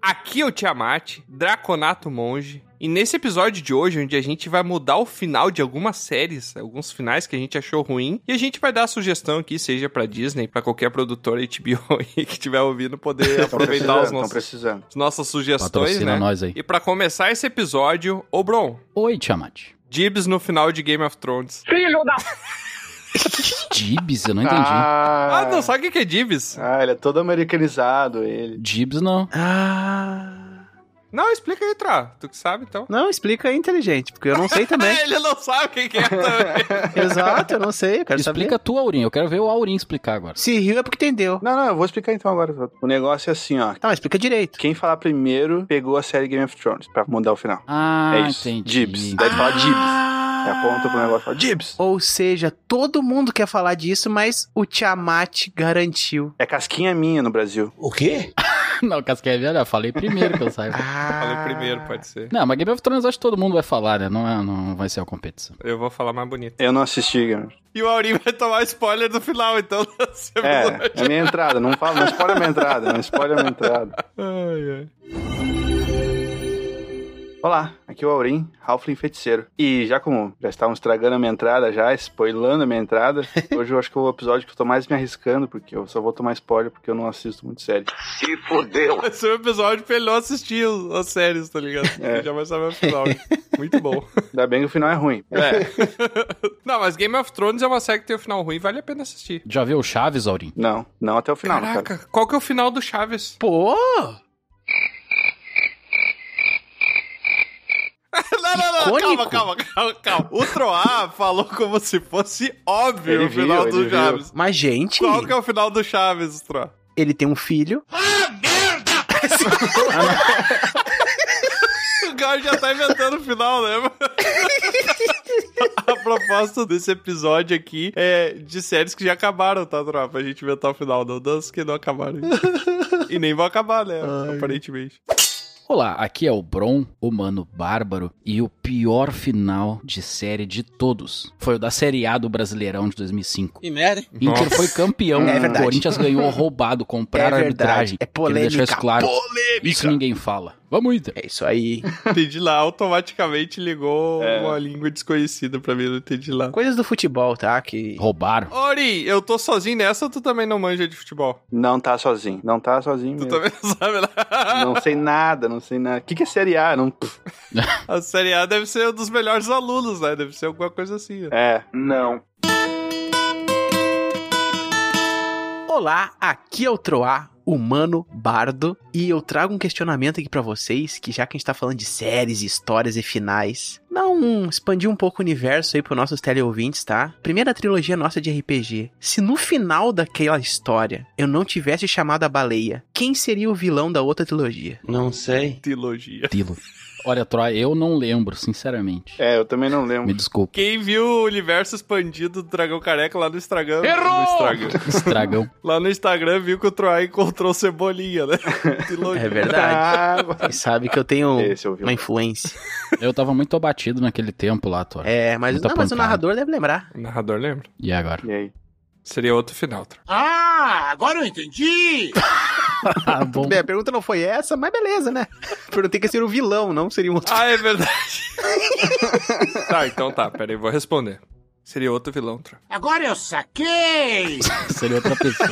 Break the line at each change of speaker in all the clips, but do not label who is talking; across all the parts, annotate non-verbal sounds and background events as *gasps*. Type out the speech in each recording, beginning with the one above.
Aqui é o Tiamat, Draconato Monge. E nesse episódio de hoje, onde a gente vai mudar o final de algumas séries, alguns finais que a gente achou ruim, e a gente vai dar a sugestão aqui, seja pra Disney, pra qualquer produtora HBO *laughs* aí que estiver ouvindo, poder aproveitar os
Estão
nossos,
precisando.
as nossas sugestões,
Patrocina
né?
nós aí.
E pra começar esse episódio, ô Bron,
Oi, Tiamat.
Dibs no final de Game of Thrones.
Dibs? Eu não entendi.
*laughs* Ah,
Ah, não sabe o que que é Dibs?
Ah, ele é todo americanizado, ele.
Dibs não.
Ah.
Não, explica aí, Tra. Tu que sabe, então.
Não, explica aí, inteligente, porque eu não sei também.
*laughs* Ah, Ele não sabe o que que é *laughs* também.
Exato, eu não sei, eu quero
Explica tu, Aurinho. Eu quero ver o Aurinho explicar agora.
saber. Se riu é porque entendeu.
Não, não, eu vou explicar então agora. O negócio é assim, ó.
Tá, mas explica direito.
Quem falar primeiro pegou a série Game of Thrones pra mudar o final.
Ah,
é isso.
entendi.
Dibs. Daí tu fala Dibs.
Ah.
Aí Aponta pro negócio e fala Dibs.
Ou seja, todo mundo quer falar disso, mas o Tiamat garantiu.
É casquinha minha no Brasil.
O quê?
*laughs* Não, Cascavel, eu falei primeiro que eu saiba.
*laughs* Ah,
Falei primeiro, pode ser.
Não, mas Game of Thrones acho que todo mundo vai falar, né? Não, é, não vai ser uma competição.
Eu vou falar mais bonito.
Eu não assisti, Game of
E o Aurim vai tomar spoiler do final, então. *laughs* desse episódio.
É, é minha entrada. Não fala, não spoiler a minha entrada. Não spoiler a minha entrada.
Ai, ai.
Olá, aqui é o Aurim, Halfling Feiticeiro. E já como já estavam estragando a minha entrada, já spoilando a minha entrada, *laughs* hoje eu acho que é o episódio que eu tô mais me arriscando, porque eu só vou tomar spoiler porque eu não assisto muito série.
Esse é o episódio pra ele não assistir os- as séries, tá ligado?
É.
Ele já vai saber o *laughs* final. Muito bom.
Ainda bem que o final é ruim.
É. Não, mas Game of Thrones é uma série que tem o final ruim, vale a pena assistir.
Já viu o Chaves, Aurinho?
Não, não até o final, cara.
Caraca, qual que é o final do Chaves?
pô!
*laughs* Não, não, não,
Icônico.
calma, calma, calma, calma. O Troá falou como se fosse óbvio
Ele
o final
viu,
do
ele viu.
Chaves.
Mas, gente,
Qual que é Ah, o final do Chaves, Troá?
ele tem um filho. *laughs*
O Gal já tá inventando o final, né? *laughs* A proposta desse episódio aqui é de séries que já acabaram, tá, tropa? A gente inventar o final, não das que não acabaram. e nem vão acabar, né? Aparentemente.
Olá, aqui é o Bron, o Mano Bárbaro, e o pior final de série de todos foi o da Série A do Brasileirão de 2005.
Que merda, hein?
Inter foi campeão,
É verdade.
o Corinthians ganhou roubado, compraram
É verdade,
arbitragem.
é
Queria
polêmica,
Deixar isso claro. Isso ninguém fala. Vamos, Inter.
É isso aí.
Entendi Então, lá, automaticamente ligou
É.
uma língua desconhecida pra mim, não entendi lá.
Coisas do futebol, tá? Que.
Roubaram.
Ori, eu tô sozinho nessa ou tu também não manja de futebol?
Não tá sozinho. Não tá sozinho
Tu
mesmo.
também tá? não sabe né? lá.
Não sei nada, não sei nada. O que, que é Série A? Não... pff,
A Série A deve ser um dos melhores alunos, né? Deve ser alguma coisa assim. né?
É. Não.
Olá, aqui é o Troá, humano bardo, e eu trago um questionamento aqui pra vocês, que já que a gente tá falando de séries, histórias e finais, dá um expandir um pouco o universo aí pros nossos teleouvintes, tá? Primeira trilogia nossa de RPG. Se no final daquela história eu não tivesse chamado a baleia, quem seria o vilão da outra trilogia?
Não
É.
sei.
Trilogia.
Dilo. Olha, Troy, eu não lembro, sinceramente.
É, eu também não
Me
lembro.
desculpe.
Quem viu o universo expandido do Dragão Careca lá no Instagram. No Instagram.
*laughs* Estragão.
Lá no Instagram viu que o Troy encontrou cebolinha, né? Trilogia.
É verdade.
*laughs* Ah,
Quem sabe que eu tenho
*laughs* Esse eu vi. um.
uma influência.
Eu tava muito abatido naquele tempo lá, Troy.
É, mas,
Muita
não, mas o
pancada.
narrador deve lembrar.
O narrador lembra?
E agora?
E aí?
Seria outro final, Troy.
Ah, agora eu entendi!
Ah, bom.
Bem, a pergunta não foi essa, mas beleza, né? *laughs* Perguntei que seria o vilão, não seria um outro.
Ah, é verdade. *laughs* tá, então tá. Pera aí, vou responder. Seria outro vilão, Troy.
Agora eu saquei!
Seria outra pessoa.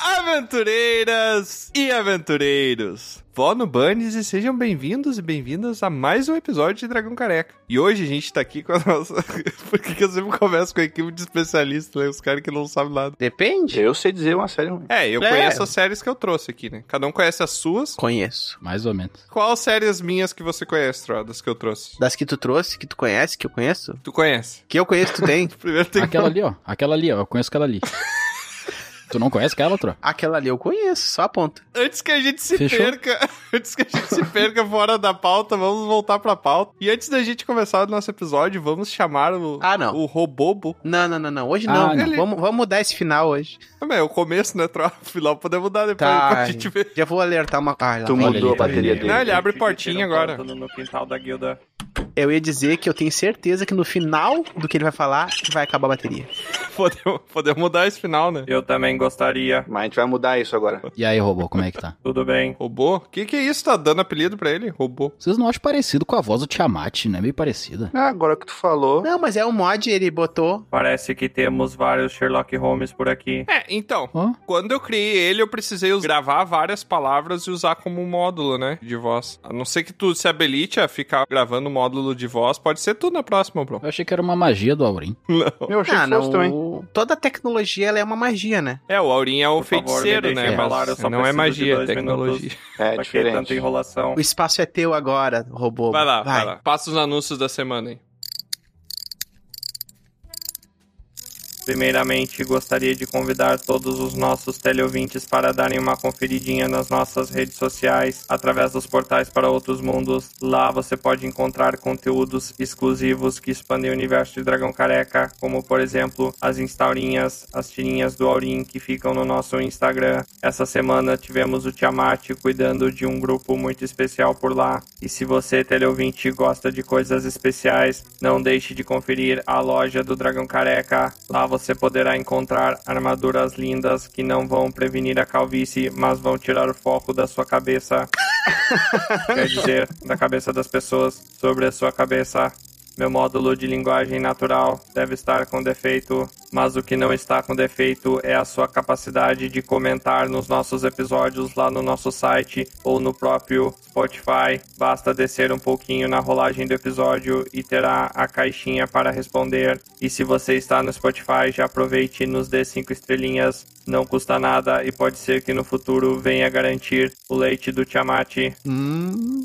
*laughs*
Aventureiras e aventureiros! Vó no Bunnies e sejam bem-vindos e bem-vindas a mais um episódio de Dragão Careca. E hoje a gente tá aqui com a nossa. *laughs* Por que que eu sempre converso com a equipe de especialistas, né? Os caras que não sabem nada.
Depende.
Eu sei dizer uma série ruim.
É, eu
É.
conheço as séries que eu trouxe aqui, né? Cada um conhece as suas.
Conheço.
Mais ou menos.
Qual séries minhas que você conhece, Tro, das que eu trouxe?
Das que tu trouxe, que tu conhece, que eu conheço?
Tu conhece?
Que eu conheço, tu tem?
Primeiro tem
Aquela ali, ó. Aquela ali, ó. Eu conheço aquela *laughs* ali. tu não conhece aquela, Troy?
Aquela ali eu conheço, só aponta.
*laughs* Antes que a gente se
Fechou?
perca. *laughs* antes que a gente se perca fora da pauta, vamos voltar pra pauta. E antes da gente começar o nosso episódio, vamos chamar o,
Ah, não.
o Robobo.
Não, não, não, não. Hoje
Ah,
não.
não.
Ele- Vamos, vamos mudar esse final hoje.
Ah, mas é o começo, né, troca? O *laughs* final podemos mudar depois
Tá.
pra gente ver. *laughs*
Já vou alertar uma Ah, coisa.
Tu
Olha
mudou
ali,
a bateria
tá
dele.
Não, ele abre portinha agora.
No quintal da guilda.
Eu ia dizer que eu tenho certeza que no final do que ele vai falar, vai acabar a bateria.
Podemos, podemos mudar esse final, né?
Eu também gostaria.
Mas a gente vai mudar isso agora.
E aí, robô, como é que tá?
Tudo bem.
Robô? O que, que é isso? Tá dando apelido pra ele? Robô.
Vocês não acham parecido com a voz do Tiamat, né? Meio parecida.
Ah, agora que tu falou.
Não, mas é um mod, ele botou.
Parece que temos vários Sherlock Holmes por aqui.
É, então.
Ó,
Quando eu criei ele, eu precisei us- gravar várias palavras e usar como módulo, né? De voz. A não ser que tu se habilite a ficar gravando módulo de voz. Pode ser tu na próxima, bro. *laughs*
eu achei que era uma magia do Aurim.
Não.
Eu achei que fosse também.
o- Ah, toda tecnologia ela é uma magia, né?
É, o Aurim é o
Por favor,
feiticeiro,
me
né?
deixem falar, eu
Mas
só
não é
preciso de
magia, é
dois
tecnologia.
É
Pra que tanta
diferente.
enrolação?
O espaço é teu agora, robô.
Vai lá, vai. lá. Passa os anúncios da semana aí.
Primeiramente, gostaria de convidar todos os nossos teleouvintes para darem uma conferidinha nas nossas redes sociais, através dos portais para outros mundos. Lá você pode encontrar conteúdos exclusivos que expandem o universo de Dragão Careca, como, por exemplo, as instaurinhas, as tirinhas do Aurim que ficam no nosso Instagram. Essa semana tivemos o Tiamat cuidando de um grupo muito especial por lá. E se você, teleouvinte, gosta de coisas especiais, não deixe de conferir a loja do Dragão Careca. Lá você poderá encontrar armaduras lindas que não vão prevenir a calvície, mas vão tirar o foco da sua cabeça. Quer dizer, da cabeça das pessoas, sobre a sua cabeça. Meu módulo de linguagem natural deve estar com defeito, mas o que não está com defeito é a sua capacidade de comentar nos nossos episódios lá no nosso site ou no próprio Spotify. Basta descer um pouquinho na rolagem do episódio e terá a caixinha para responder. E se você está no Spotify, já aproveite e nos dê cinco estrelinhas. Não custa nada e pode ser que no futuro venha garantir o leite do Tiamat.
Hum,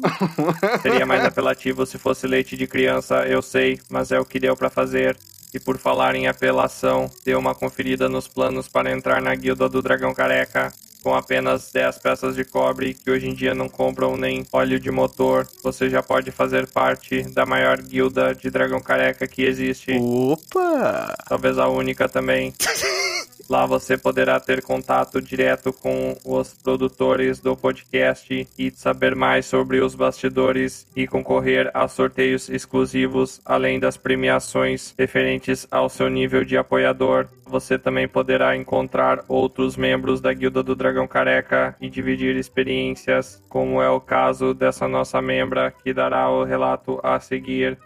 Seria mais apelativo se fosse leite de criança, eu sei, mas é o que deu pra fazer. E por falar em apelação, deu uma conferida nos planos para entrar na guilda do Dragão Careca. Com apenas 10 peças de cobre, que hoje em dia não compram nem óleo de motor, você já pode fazer parte da maior guilda de Dragão Careca que existe
opa!
talvez a única também. Lá você poderá ter contato direto com os produtores do podcast e saber mais sobre os bastidores e concorrer a sorteios exclusivos, além das premiações referentes ao seu nível de apoiador. Você também poderá encontrar outros membros da Guilda do Dragão Careca e dividir experiências, como é o caso dessa nossa membra que dará o relato a seguir.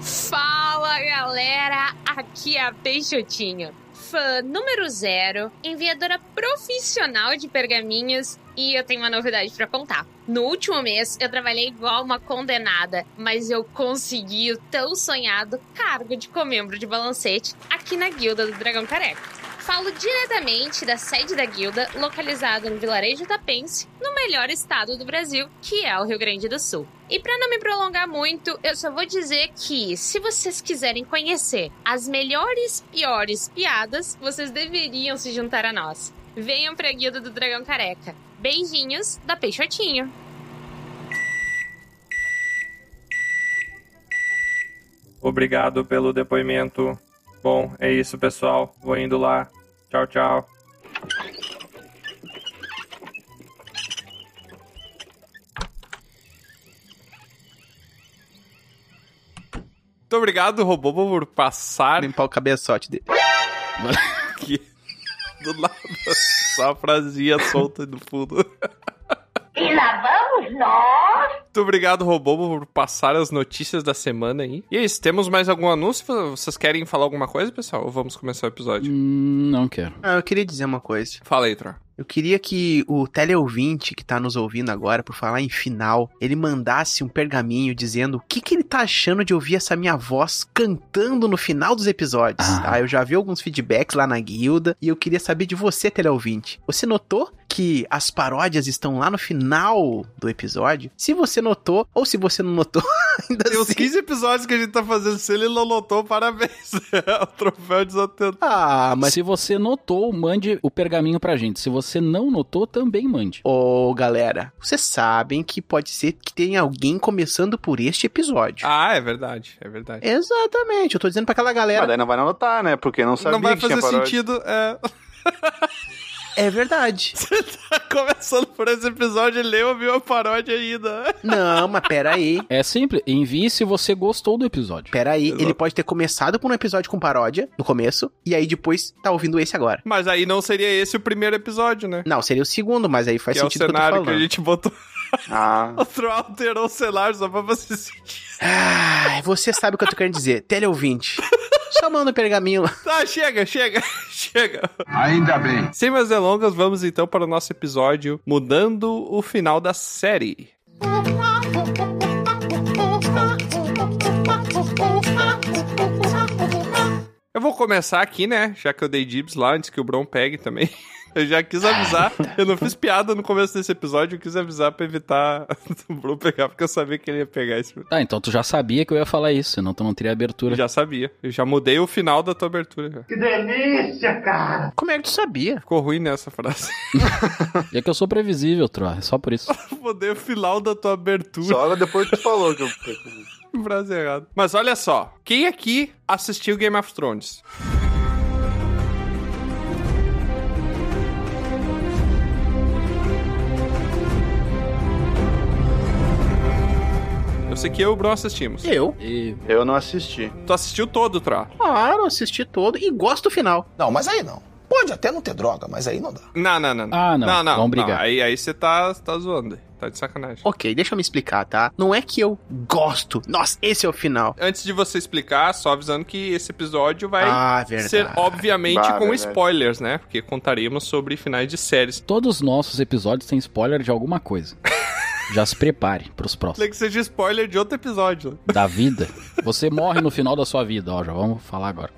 Fala galera, aqui é a Peixotinho, fã número zero, enviadora profissional de pergaminhos e eu tenho uma novidade pra contar. No último mês eu trabalhei igual uma condenada, mas eu consegui o tão sonhado cargo de comembro de balancete aqui na Guilda do Dragão Careca. Falo diretamente da sede da guilda, localizada no vilarejo Tapense, no melhor estado do Brasil, que é o Rio Grande do Sul. E pra não me prolongar muito, eu só vou dizer que, se vocês quiserem conhecer as melhores, piores piadas, vocês deveriam se juntar a nós. Venham pra Guilda do Dragão Careca. Beijinhos da Peixotinho.
Obrigado pelo depoimento. Bom, é isso, pessoal. Vou indo lá. Tchau, tchau.
Muito obrigado, Robobo, por passar
Limpar o cabeçote dele.
aqui. Do lado, só a frasinha solta no fundo.
E lá vamos nós.
Muito obrigado, Robobo, por passar as notícias da semana aí. E é isso, temos mais algum anúncio? Vocês querem falar alguma coisa, pessoal? Ou vamos começar o episódio?
Hum, não quero.
Ah, eu queria dizer uma coisa.
Fala aí, Tro.
Eu queria que o teleouvinte que tá nos ouvindo agora, por falar em final, ele mandasse um pergaminho dizendo o que, que ele tá achando de ouvir essa minha voz cantando no final dos episódios.
Ah.
Tá? Eu já vi alguns feedbacks lá na guilda e eu queria saber de você, teleouvinte. Você notou que as paródias estão lá no final do episódio, se você notou ou se você não notou, *laughs* ainda
Tem uns
assim-
15 episódios que a gente tá fazendo, se ele não notou, parabéns. *laughs* É o troféu desatento.
Ah, mas
Mas se você notou, mande o pergaminho pra gente. Se você não notou, também mande.
Ô, galera, vocês sabem que pode ser que tenha alguém começando por este episódio.
Ah, é verdade, é verdade.
Exatamente, eu tô dizendo pra aquela
Mas
galera.
daí não vai anotar, né? Porque não sabia
não vai
que
fazer
tinha paródia.
sentido. É... *laughs*
É verdade.
Começando por esse episódio, ele nem ouviu a paródia ainda.
Não, mas peraí.
É simples, envie se você gostou do episódio.
Peraí,
Exato.
ele pode ter começado por um episódio com paródia no começo, e aí depois tá ouvindo esse agora.
Mas aí não seria esse o primeiro episódio, né?
Não, seria o segundo, mas aí faz
que é o
sentido o que eu tô
cenário
falando.
que a gente botou. *laughs*
Ah,
O Troll alterou o cenário só pra você *laughs* sentir.
Ai, você sabe o que eu tô querendo dizer. Teleouvinte. Só manda o pergaminho lá.
Tá, chega, chega, *laughs* chega.
Ainda bem.
Sem mais delongas, vamos então para o nosso episódio Mudando o Final da Série. Eu vou começar aqui, né? Já que eu dei dibs lá antes que o Bron pegue também. *laughs* Eu já quis avisar. Eu não fiz piada no começo desse episódio, eu quis avisar pra evitar *laughs* o Bron pegar, porque eu sabia que ele ia pegar esse.
Tá, então tu já sabia que eu ia falar isso, senão tu não teria abertura.
Eu já sabia. Eu já mudei o final da tua abertura. já.
Como é que tu sabia?
Ficou ruim nessa frase. *laughs*
É que eu sou previsível, Tro, é só por isso.
mudei o final da tua abertura.
só depois que tu falou que eu...
*laughs* Frase errada. Mas olha só, quem aqui assistiu Game of Thrones? Eu sei que eu e o Bruno assistimos.
Eu.
E
Eu não assisti.
Tu assistiu todo, Tro?
Claro, assisti todo e gosto do final.
Não, mas aí não. Pode até não ter droga, mas aí não dá.
Não, não, não.
Ah, não. Vamos brigar.
Aí, aí você tá, tá zoando. Tá de sacanagem.
Ok, deixa eu me explicar, tá? Não é que eu gosto. Nossa, esse é o final.
Antes de você explicar, só avisando que esse episódio vai
ah, verdade.
ser, obviamente,
Bah,
com
verdade.
spoilers, né? Porque contaremos sobre finais de séries.
todos os nossos episódios têm spoiler de alguma coisa. Já se prepare pros próximos.
Tem que seja spoiler de outro episódio.
Da vida. Você morre no final da sua vida, ó, já vamos falar agora.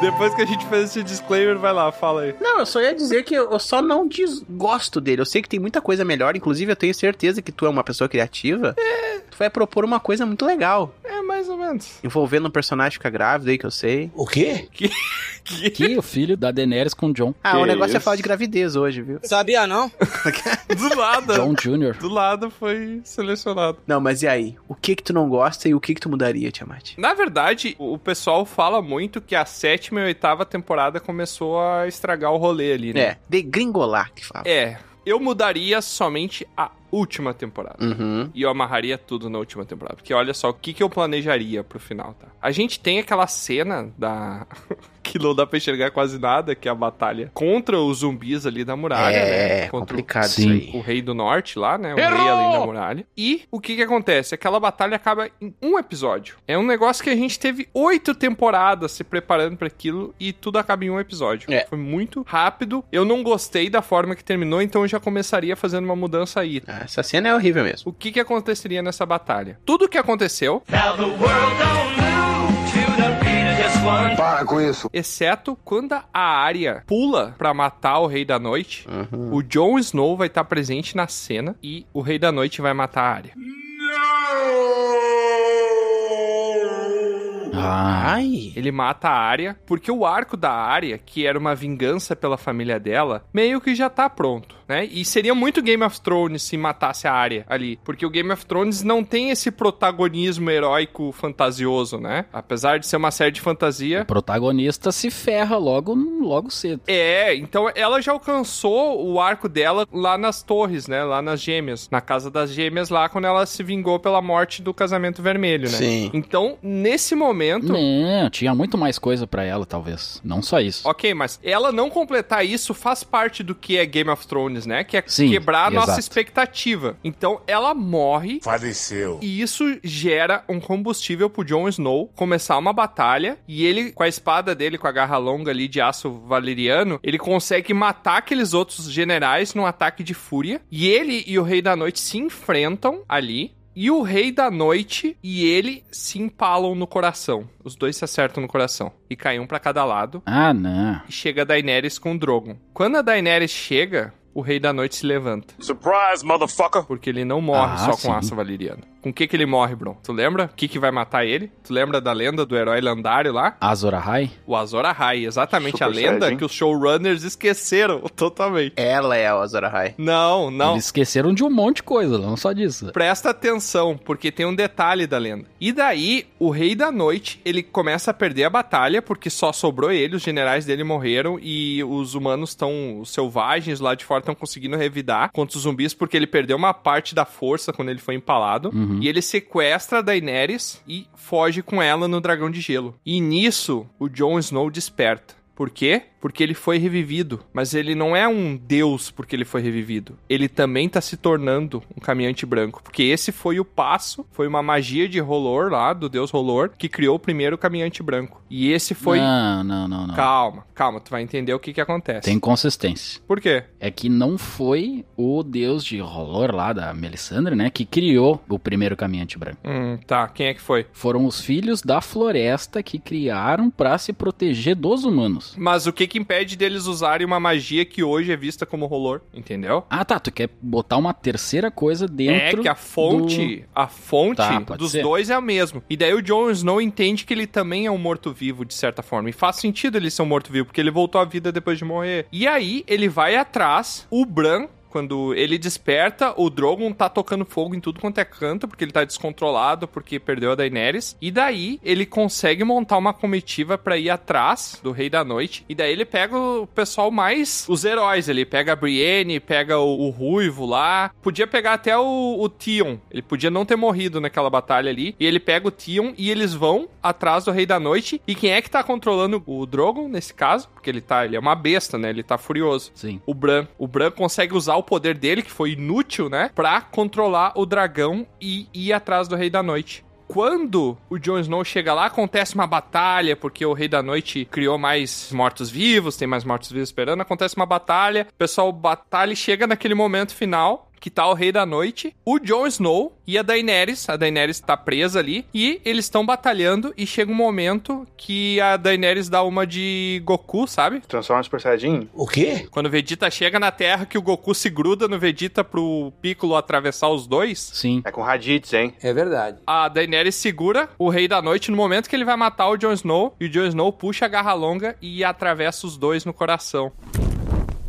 Depois que a gente fez esse disclaimer, vai lá, fala aí.
Não, eu só ia dizer que eu eu só não desgosto dele. Eu sei que tem muita coisa melhor, inclusive eu tenho certeza que tu é uma pessoa criativa. Tu vai propor uma coisa muito legal.
É, mais ou menos.
Envolvendo um personagem que fica grávido aí, que eu sei.
O quê?
Que o filho da Daenerys com John.
Ah, o
Que
negócio é
isso?
falar de gravidez hoje, viu?
Sabia não?
Do nada.
John Jr.
Do lado foi selecionado.
Não, mas e aí? O que que tu não gosta e o que que tu mudaria, Tiamat?
Na verdade, o o pessoal fala muito que a sétima e oitava temporada começou a estragar o rolê ali, né?
É, degringolar que fala.
É. Eu mudaria somente a última temporada.
Uhum.
E eu amarraria tudo na última temporada. Porque olha só, o que, que eu planejaria pro final, tá? A gente tem aquela cena da. *laughs* que não dá pra enxergar quase nada, que é a batalha contra os zumbis ali da muralha,
É,
né? Contra o-
complicado
Sim.
isso aí.
o rei do norte lá, né? O rei além da muralha. E o que que acontece? Aquela batalha acaba em um episódio. É um negócio que a gente teve oito temporadas se preparando pra aquilo e tudo acaba em um episódio.
É.
Foi muito rápido. Eu não gostei da forma que terminou, então eu já começaria fazendo uma mudança aí.
Ah, Essa cena é horrível mesmo.
O que que aconteceria nessa batalha? Tudo que aconteceu,
Para com isso.
exceto quando a área pula pra matar o rei da noite,
Uhum.
o Jon Snow vai estar presente na cena e o rei da noite vai matar a área.
Ah,
Ai.
Ele mata a Arya, porque o arco da Arya, que era uma vingança pela família dela, meio que já tá pronto, né? E seria muito Game of Thrones se matasse a Arya ali, porque o Game of Thrones não tem esse protagonismo heróico fantasioso, né? Apesar de ser uma série de
o
fantasia,
protagonista se ferra logo, logo cedo.
é, então ela já alcançou o arco dela lá nas torres, né? Lá nas gêmeas, na casa das gêmeas lá, quando ela se vingou pela morte do casamento vermelho, né?
Sim.
Então, nesse momento,
Não, tinha muito mais coisa pra ela, talvez. Não só isso.
Ok, mas ela não completar isso faz parte do que é Game of Thrones, né? Que é
Sim,
quebrar a nossa
exato.
expectativa. Então ela morre
Faleceu.
e isso gera um combustível pro Jon Snow começar uma batalha e ele, com a espada dele, com a garra longa ali de aço valeriano, ele consegue matar aqueles outros generais num ataque de fúria. E ele e o Rei da Noite se enfrentam ali. e o Rei da Noite e ele se empalam no coração. Os dois se acertam no coração e caem um pra cada lado.
Ah, não.
E chega a Daenerys com o Drogon. Quando a Daenerys chega, o Rei da Noite se levanta.
Surprise, motherfucker!
Porque ele não morre
Ah,
só
sim.
com aça valeriana. Com o que que ele morre, Bron? Tu lembra? O que que vai matar ele? Tu lembra da lenda do herói lendário lá?
Azor Ahai?
O Azor Ahai, exatamente
Super
a lenda
Saiyajin.
que os showrunners esqueceram *laughs* totalmente.
Ela é o Azor Ahai.
Não, não.
Eles esqueceram de um monte de coisa, não só disso.
Presta atenção, porque tem um detalhe da lenda. E daí, o Rei da Noite, ele começa a perder a batalha, porque só sobrou ele, os generais dele morreram e os humanos estão, os selvagens lá de fora estão conseguindo revidar contra os zumbis, porque ele perdeu uma parte da força quando ele foi empalado.
Uhum.
E ele sequestra a Daenerys e foge com ela no Dragão de Gelo. E nisso, o Jon Snow desperta. Por quê? Porque ele foi revivido. Mas ele não é um deus porque ele foi revivido. Ele também tá se tornando um caminhante branco. Porque esse foi o passo, foi uma magia de Rolor lá, do deus Rolor, que criou o primeiro caminhante branco. E esse foi.
Não, não, não, não.
Calma, calma, tu vai entender o que que acontece.
Tem consistência.
Por quê?
É que não foi o deus de Rolor lá da Melisandre, né, que criou o primeiro caminhante branco.
Hum, tá, quem é que foi?
Foram os filhos da floresta que criaram pra se proteger dos humanos.
Mas o que que impede deles usarem uma magia que hoje é vista como Rolor? Entendeu?
Ah, tá, tu quer botar uma terceira coisa dentro
É que a fonte, a fonte
Tá, pode
dos
ser.
dois é a mesma. E daí o Jon Snow entende que ele também é um morto-vivo, de certa forma. E faz sentido ele ser um morto-vivo, porque ele voltou à vida depois de morrer. E aí ele vai atrás, o Bran. Quando ele desperta, o Drogon tá tocando fogo em tudo quanto é canto, porque ele tá descontrolado, porque perdeu a Daenerys. E daí ele consegue montar uma comitiva pra ir atrás do Rei da Noite. E daí ele pega o pessoal mais. os heróis. Ele pega a Brienne, pega o, o Ruivo lá. Podia pegar até o, o Tion. Ele podia não ter morrido naquela batalha ali. E ele pega o Tion e eles vão atrás do Rei da Noite. E quem é que tá controlando o Drogon nesse caso? Porque ele tá. ele é uma besta, né? Ele tá furioso
Sim.
o Bran. O Bran consegue usar o poder dele, que foi inútil, né? Pra controlar o dragão e ir atrás do Rei da Noite. Quando o Jon Snow chega lá, acontece uma batalha, porque o Rei da Noite criou mais mortos-vivos, tem mais mortos-vivos esperando, acontece uma batalha, o pessoal batalha e chega naquele momento final, que tá o Rei da Noite, o Jon Snow e a Daenerys. A Daenerys tá presa ali e eles estão batalhando e chega um momento que a Daenerys dá uma de Goku, sabe?
Transforma o Super Saiyajin?
O quê?
Quando o Vegeta chega na Terra, que o Goku se gruda no Vegeta pro Piccolo atravessar os dois,
Sim.
É com Raditz, hein?
É verdade.
a Daenerys segura o Rei da Noite no momento que ele vai matar o Jon Snow, e o Jon Snow puxa a garra longa e atravessa os dois no coração.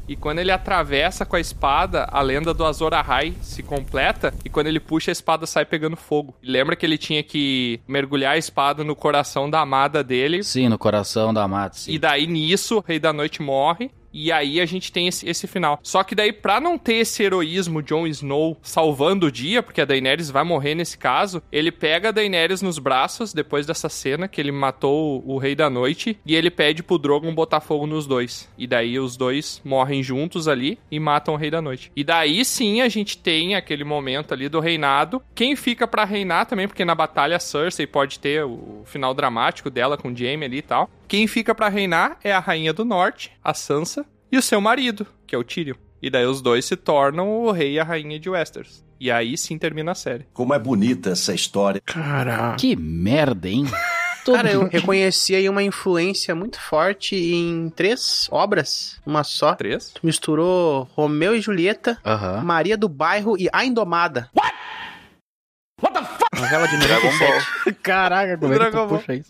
E quando ele atravessa com a espada, a lenda do Azor Ahai se completa, e quando ele puxa a espada sai pegando fogo. E lembra que ele tinha que mergulhar a espada no coração da amada dele
Sim, no coração da mata. sim.
E daí nisso, o Rei da Noite morre. E aí a gente tem esse, esse final. Só que daí, pra não ter esse heroísmo Jon Snow salvando o dia, porque a Daenerys vai morrer nesse caso, ele pega a Daenerys nos braços, depois dessa cena que ele matou o, o Rei da Noite, e ele pede pro Drogon botar fogo nos dois. E daí os dois morrem juntos ali e matam o Rei da Noite. E daí sim a gente tem aquele momento ali do reinado. Quem fica pra reinar também, porque na batalha a Cersei pode ter o final dramático dela com o Jaime ali e tal. Quem fica pra reinar é a rainha do norte, a Sansa, e o seu marido, que é o Tyrion. E daí os dois se tornam o rei e a rainha de Westeros. E aí sim termina a série.
Como é bonita essa história.
Caraca.
Que merda, hein? Todo-
Cara, eu reconheci aí uma influência muito forte em três obras, uma só.
Três?
Tu misturou Romeu e Julieta,
Aham.
Maria do Bairro e A Indomada. What? What the fuck? Novela de
Dragon Ball.
97.
Caraca, como é que
Dragon
tu
Ball.
puxa isso?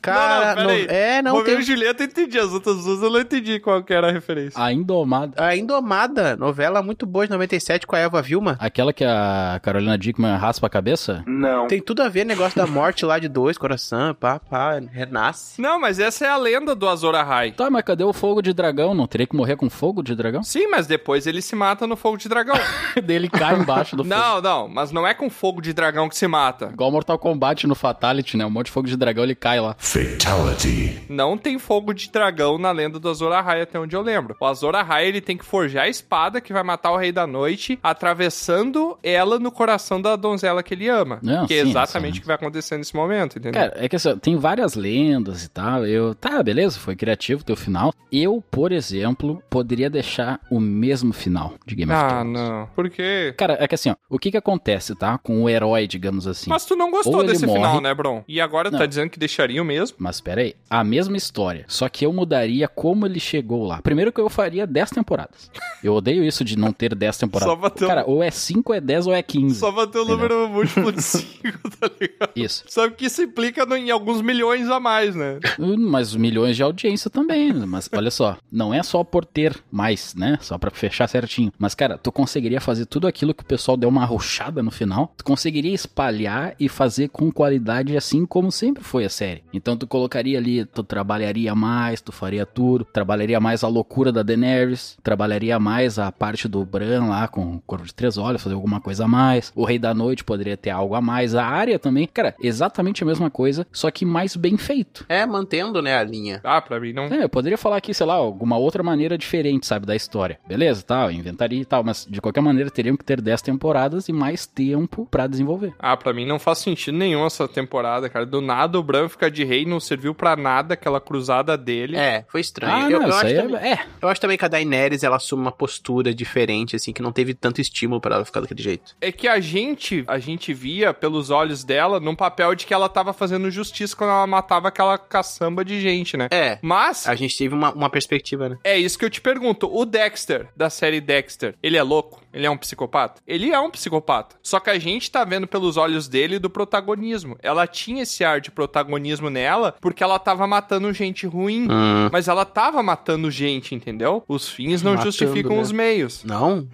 Não,
Cara,
não, peraí.
no- é, não
Romeu
tem
e Julieta eu entendi, as outras duas eu não entendi qual que era a referência.
A Indomada.
A Indomada, novela muito boa de 97 com a Eva Vilma.
Aquela que a Carolina Dickman raspa a cabeça?
Não.
Tem tudo a ver negócio da morte lá de dois, coração, pá, pá, renasce.
Não, mas essa é a lenda do Azor Ahai.
Tá, mas cadê o fogo de dragão? Não teria que morrer com fogo de dragão?
Sim, mas depois ele se mata no fogo de dragão.
*laughs* *laughs* Dele cai embaixo do fogo.
não, não, mas não é com fogo de dragão que se mata.
Igual Mortal Kombat no Fatality, né? Um monte de fogo de dragão ele cai lá.
Fatality. Não tem fogo de dragão na lenda do Azor Ahai até onde eu lembro. O Azor Ahai ele tem que forjar a espada que vai matar o Rei da Noite, atravessando ela no coração da donzela que ele ama.
Não,
que é
sim,
exatamente
sim.
o que vai acontecer nesse momento, entendeu?
Cara, é que assim, ó, tem várias lendas e tal. Eu, tá, beleza, foi criativo teu final. Eu, por exemplo, poderia deixar o mesmo final de Game of
ah,
Thrones.
não. Por quê?
Cara, é que assim, ó, o que que acontece, tá? Com o herói, digamos assim.
Mas tu não gostou
Ou ele
desse
morre-
final, né, Bron? E agora tu
Não.
tá dizendo que deixaria o mesmo?
Mas pera aí, a mesma história, só que eu mudaria como ele chegou lá. Primeiro que eu faria 10 temporadas. Eu odeio isso de não ter 10 temporadas.
*laughs* Só bateu-
Cara, ou é 5, ou é 10, ou é 15.
Só manter o
Entendeu?
número múltiplo *laughs* de 5, tá ligado?
Isso.
Sabe que isso implica no- em alguns milhões a mais, né?
Hum, *laughs* Mas milhões de audiência também. né? Mas olha só, não é só por ter mais, né? Só pra fechar certinho. Mas, cara, tu conseguiria fazer tudo aquilo que o pessoal deu uma arrochada no final. Tu conseguiria espalhar e fazer com qualidade assim como sempre foi a série. Então tu colocaria ali, tu trabalharia mais, tu faria tudo, trabalharia mais a loucura da Daenerys, trabalharia mais a parte do Bran lá com o Corvo de Três Olhos, fazer alguma coisa a mais. O Rei da Noite poderia ter algo a mais. A área também, cara, exatamente a mesma coisa, só que mais bem feito.
É, mantendo, né, a linha.
Ah, pra mim não.
É, eu poderia falar aqui, sei lá, alguma outra maneira diferente, sabe, da história. Beleza, tal, inventaria e tal, mas de qualquer maneira teriam que ter 10 temporadas e mais tempo pra desenvolver.
Ah, pra mim não faz sentido nenhum essa temporada, cara. Do nada o Bran fica de rei, não serviu pra nada aquela cruzada dele.
É, foi estranho.
ah,
eu,
não,
eu
isso
acho
aí
também,
é, é.
eu acho também que a Daenerys, ela assume uma postura diferente, assim, que não teve tanto estímulo pra ela ficar daquele jeito.
É que a gente, a gente via pelos olhos dela num papel de que ela tava fazendo justiça quando ela matava aquela caçamba de gente, né?
É,
Mas
a gente teve uma, uma perspectiva, né?
é isso que eu te pergunto. O Dexter, da série Dexter, ele é louco? Ele é um psicopata? Ele é um psicopata. Só que a gente tá vendo pelos olhos dele do protagonismo. Ela tinha esse ar de protagonismo nela porque ela tava matando gente ruim.
Hum.
Mas ela tava matando gente, entendeu? Os fins não
Matando,
justificam
né?
os meios.
Não?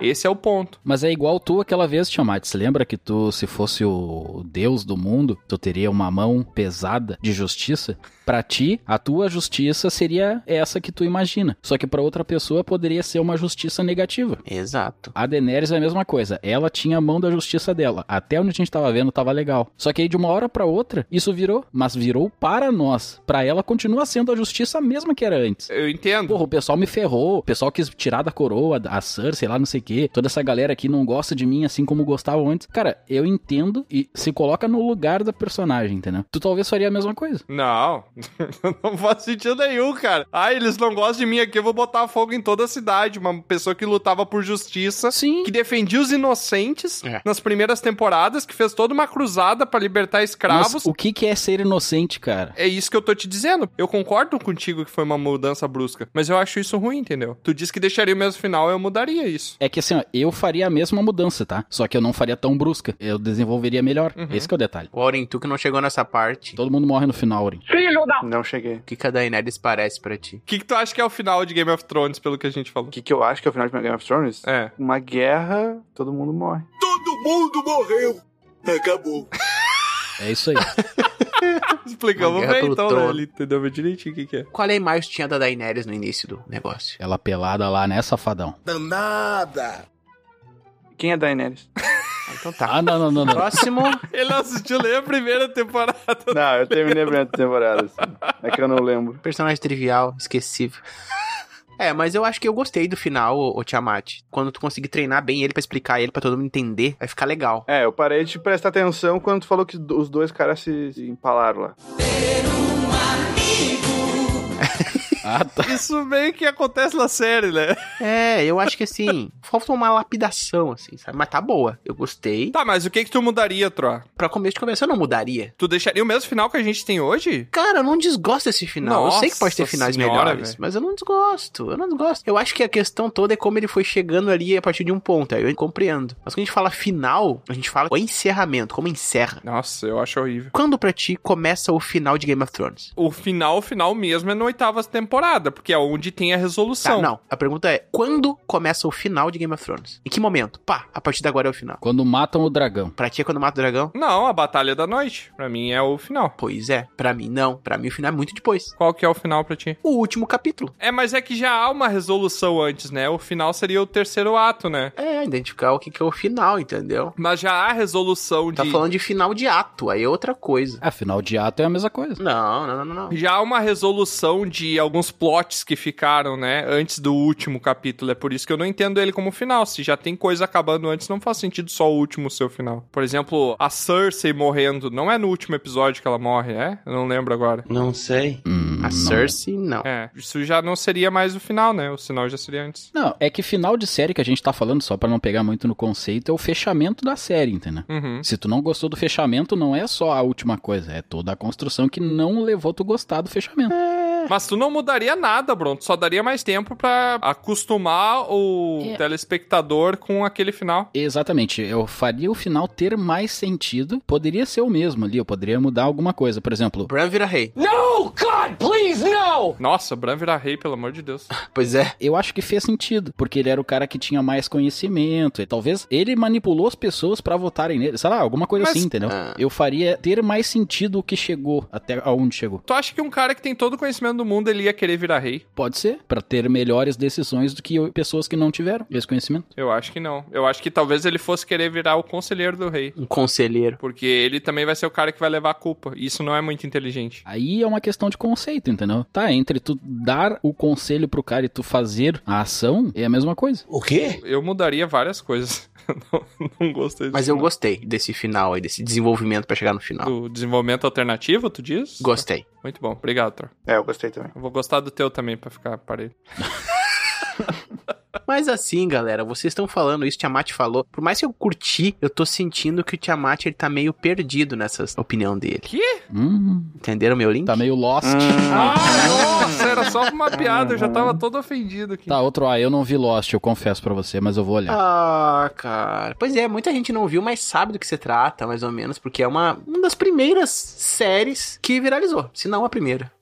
Esse é o ponto.
Mas é igual tu aquela vez, Tiamat. Você lembra que tu, se fosse o deus do mundo, tu teria uma mão pesada de justiça? Pra ti, a tua justiça seria essa que tu imagina. Só que pra outra pessoa poderia ser uma justiça negativa.
Exato.
A Daenerys é a mesma coisa. Ela tinha a mão da justiça dela. Até onde a gente tava vendo, tava legal. Só que aí, de uma hora pra outra, isso virou. Mas virou para nós. Pra ela, continua sendo a justiça mesma que era antes.
Eu entendo.
Porra, o pessoal me ferrou. O pessoal quis tirar da coroa, a Cersei, sei lá, não sei o quê. Toda essa galera aqui não gosta de mim assim como gostava antes. Cara, eu entendo e se coloca no lugar da personagem, entendeu? Tu talvez faria a mesma coisa.
Não, *laughs* não faz sentido nenhum, cara. Ah, eles não gostam de mim aqui, eu vou botar fogo em toda a cidade. Uma pessoa que lutava por justiça,
Sim.
que defendia os inocentes
É.
nas primeiras temporadas, que fez toda uma cruzada pra libertar escravos.
Mas o que que é ser inocente, cara?
É isso que eu tô te dizendo. Eu concordo contigo que foi uma mudança brusca, mas eu acho isso ruim, entendeu? Tu disse que deixaria o mesmo final, eu mudaria isso.
É que assim, ó, eu faria a mesma mudança, tá? Só que eu não faria tão brusca. Eu desenvolveria melhor.
Uhum.
Esse que é o detalhe.
O Aurin, tu que não chegou nessa parte,
Todo mundo morre no final, Aurin.
Não cheguei.
o que, que a Daenerys parece pra ti?
O que, que tu acha que é o final de Game of Thrones, pelo que a gente falou?
O que, que eu acho que é o final de Game of Thrones?
É.
Uma guerra, todo mundo morre.
Todo mundo morreu. Acabou.
É isso
*laughs*
aí.
Uma
*laughs* Explicamos
guerra
bem,
pelo
então, né?
trono.
Ele entendeu bem direitinho o que, que é.
Qual é a imagem que tinha da Daenerys no início do negócio?
Ela pelada lá, né, safadão?
Danada.
Quem é Daenerys?
Ah, então tá.
Ah, não, não, não, não.
Próximo.
*laughs*
*laughs*
Ele assistiu nem a primeira temporada.
não, eu terminei a primeira temporada. assim. É que eu não lembro.
Personagem trivial, esquecível. É, mas eu acho que eu gostei do final, o, Tiamat. Quando tu conseguir treinar bem ele pra explicar ele pra todo mundo entender, vai ficar legal.
É, eu parei de prestar atenção quando tu falou que do- os dois caras se se empalaram lá.
Ah, tá.
*laughs* Isso meio que acontece na série, né?
É, eu acho que assim, *laughs* falta uma lapidação, assim, sabe? Mas tá boa. Eu gostei.
Tá, mas o que que tu mudaria, Troa?
Pra começo de conversa, eu não mudaria.
Tu deixaria o mesmo final que a gente tem hoje?
Cara, eu não desgosto desse final. eu sei que pode ter
Nossa
finais
senhora,
melhores,
velho.
mas eu não desgosto. Eu não desgosto. Eu acho que a questão toda é como ele foi chegando ali a partir de um ponto. Aí eu compreendo. Mas quando a gente fala final, a gente fala o encerramento, como encerra.
Nossa, eu acho horrível.
Quando pra ti começa o final de Game of Thrones?
O final, o final mesmo é na oitava temporada, porque é onde tem a
Tá,
resolução.
não. A pergunta é: quando começa o final de Game of Thrones? Em que momento? Pá, a partir de agora é o final.
Quando matam o dragão.
Pra ti é quando mata o dragão?
Não, a Batalha da Noite. Pra mim é o final.
Pois é, pra mim não. Pra mim o final é muito depois.
Qual que é o final pra ti?
O último capítulo.
É, mas é que já há uma resolução antes, né? O final seria o terceiro ato, né?
É, identificar o que, que é o final, entendeu?
Mas já há resolução de.
Tá falando de final de ato, aí é outra coisa.
Afinal, de ato é a mesma coisa.
Não, não, não, não, não.
Já há uma resolução de alguns plots que ficaram, né? Antes do último capítulo. É por isso que eu não entendo ele como final. Se já tem coisa acabando antes, não faz sentido só o último ser o final. Por exemplo, a Cersei morrendo. Não é no último episódio que ela morre, é? Eu não lembro agora.
Não sei.
Hum,
A
não.
Cersei, não.
É, isso já não seria mais o final, né? O sinal já seria antes.
Não, é que final de série que a gente tá falando, só pra não pegar muito no conceito, é o fechamento da série, entendeu?
Uhum.
Se tu não gostou do fechamento, não é só a última coisa, é toda a construção que não levou tu gostar do fechamento.
Mas tu não mudaria nada, Bruno. Tu só daria mais tempo pra acostumar o
É.
telespectador com aquele final.
Exatamente, eu faria o final ter mais sentido, poderia ser o mesmo ali, eu poderia mudar alguma coisa, por exemplo,
Bran vira rei.
Nossa, Bran virar rei, pelo amor de Deus.
Pois é.
eu acho que fez sentido, porque ele era o cara que tinha mais conhecimento, e talvez ele manipulou as pessoas pra votarem nele, sei lá, alguma coisa
Mas- é.
assim, entendeu?
Ah.
Eu faria ter mais sentido o que chegou, até aonde chegou.
Tu acha que um cara que tem todo o conhecimento do mundo, ele ia querer virar rei?
Pode ser, pra ter melhores decisões do que pessoas que não tiveram esse conhecimento.
Eu acho que não. Eu acho que talvez ele fosse querer virar o conselheiro do rei.
Um conselheiro.
Porque ele também vai ser o cara que vai levar a culpa. E Isso não é muito inteligente.
Aí é uma questão de conceito, entendeu? Tá, entre tu dar o conselho pro cara e tu fazer a ação, é a mesma coisa.
O quê?
Eu mudaria várias coisas. *laughs* não, não gostei disso.
Mas eu
não.
gostei desse final aí, desse desenvolvimento pra chegar no final.
Do desenvolvimento alternativo, tu diz?
Gostei.
Muito bom. Obrigado, Thor.
É, eu gostei também.
Eu vou gostar do teu também, pra ficar parecido.
Mas assim, galera, vocês estão falando isso, Tiamat falou. Por mais que eu curti, eu tô sentindo que o Tiamat ele tá meio perdido nessa opinião dele.
Hum,
Entenderam meu link?
tá meio lost.
Hum.
Ah, nossa, era só uma piada, eu já tava todo ofendido aqui.
Tá, outro A, eu não vi Lost, eu confesso pra você, mas eu vou olhar.
Ah, cara. Pois é, muita gente não viu, mas sabe do que se trata, mais ou menos, porque é uma, uma das primeiras séries que viralizou, se não a
*laughs*
primeira.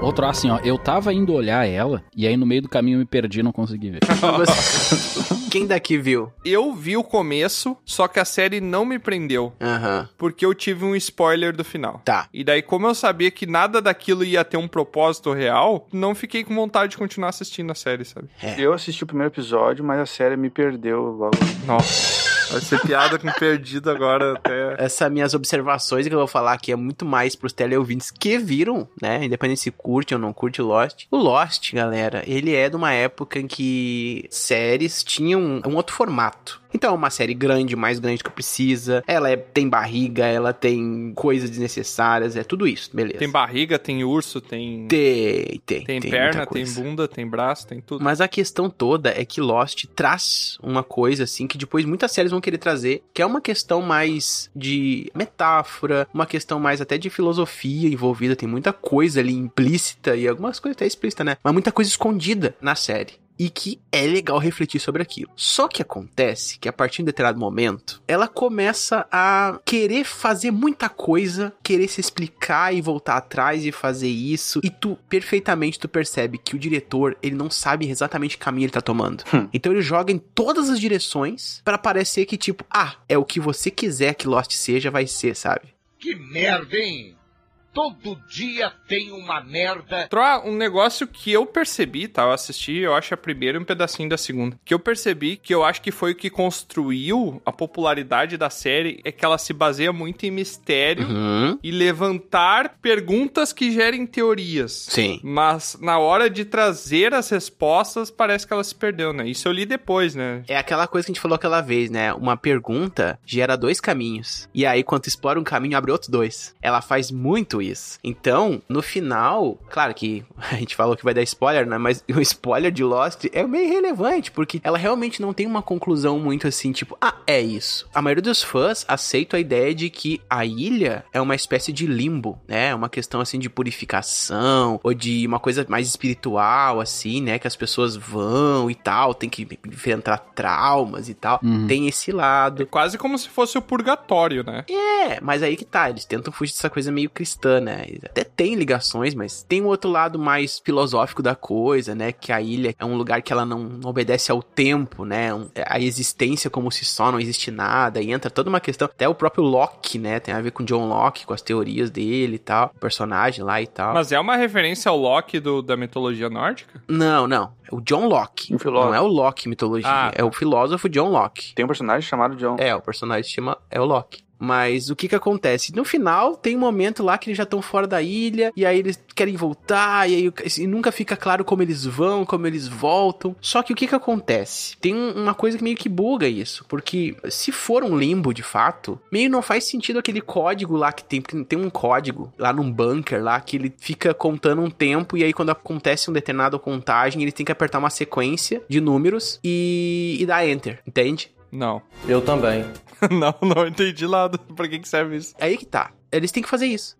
Outro A, assim, ó, eu tava indo olhar ela, e aí no meio do caminho eu me perdi e não consegui ver.
Você- Quem daqui viu?
Eu vi o começo, só que a série não me prendeu,
Aham.
porque eu tive um spoiler do final.
Tá.
E daí, como eu sabia que nada daquilo ia ter um propósito real, não fiquei com vontade de continuar assistindo a série, sabe?
Eu assisti o primeiro episódio, mas a série me perdeu logo.
Nossa, vai ser piada com perdido agora até.
Essas minhas observações que eu vou falar aqui é muito mais pros teleouvintes que viram, né? Independente se curte ou não curte Lost. O Lost, galera, ele é de uma época em que séries tinham um outro formato. Então, é uma série grande, mais grande do que precisa. Ela é- tem barriga, ela tem coisas desnecessárias, é tudo isso, beleza.
Tem barriga, tem urso, tem.
Tem, tem.
Tem,
muita
perna, tem
coisa.
bunda, tem braço, tem tudo.
Mas a questão toda é que Lost traz uma coisa assim que depois muitas séries vão querer trazer, que é uma questão mais de metáfora, uma questão mais até de filosofia envolvida, tem muita coisa ali implícita e algumas coisas até explícita, né? Mas muita coisa escondida na série. E que é legal refletir sobre aquilo. Só que acontece que a partir de um determinado momento, ela começa a querer fazer muita coisa, querer se explicar e voltar atrás e fazer isso. E tu, perfeitamente, tu percebe que o diretor, ele não sabe exatamente que caminho ele tá tomando. Então ele joga em todas as direções pra parecer que, tipo, ah, é o que você quiser que Lost seja, vai ser, sabe?
Que merda, hein? Todo dia tem uma merda.
Troa, um negócio que eu percebi, tá? Eu assisti, eu acho a primeira e um pedacinho da segunda. Que eu percebi que eu acho que foi o que construiu a popularidade da série é que ela se baseia muito em mistério
Uhum.
e levantar perguntas que gerem teorias.
Sim.
Mas na hora de trazer as respostas, parece que ela se perdeu, né? Isso eu li depois, né?
É aquela coisa que a gente falou aquela vez, né? Uma pergunta gera dois caminhos. E aí, quando tu explora um caminho, abre outros dois. Ela faz muito isso. Então, no final, claro que *laughs* a gente falou que vai dar spoiler, né? Mas *laughs* o spoiler de Lost é meio relevante, porque ela realmente não tem uma conclusão muito assim, tipo, ah, é isso. A maioria dos fãs aceita a ideia de que a ilha é uma espécie de limbo, né? É Uma questão assim de purificação, ou de uma coisa mais espiritual, assim, né? Que as pessoas vão e tal, tem que enfrentar traumas e tal.
Uhum.
Tem esse lado.
Quase como se fosse o purgatório, né?
É, mas aí que tá, eles tentam fugir dessa coisa meio cristã, né? Até tem ligações, mas tem um outro lado mais filosófico da coisa, né? Que a ilha é um lugar que ela não não obedece ao tempo, né? Um- A existência como se só não existe nada, e entra toda uma questão. Até o próprio Locke, né? Tem a ver com John Locke, com as teorias dele e tal, o personagem lá e tal.
Mas é uma referência ao Loki do- da mitologia nórdica?
Não, não. É o John Locke.
Um filósofo.
Não é o Locke mitologia,
Ah.
é o filósofo John Locke.
Tem um personagem chamado John.
É, o personagem chama é o Loki. Mas o que que acontece? No final, tem um momento lá que eles já estão fora da ilha, e aí eles querem voltar, e aí o- e nunca fica claro como eles vão, como eles voltam. Só que o que que acontece? Tem um- uma coisa que meio que buga isso, porque se for um limbo de fato, meio não faz sentido aquele código lá que tem, porque tem um código lá num bunker lá que ele fica contando um tempo, e aí quando acontece um determinado contagem, eles têm que apertar uma sequência de números e, e dar enter, entende?
Não.
Eu também.
*laughs* não, não entendi nada. Pra que, que serve isso?
Aí que tá. Eles têm que fazer isso.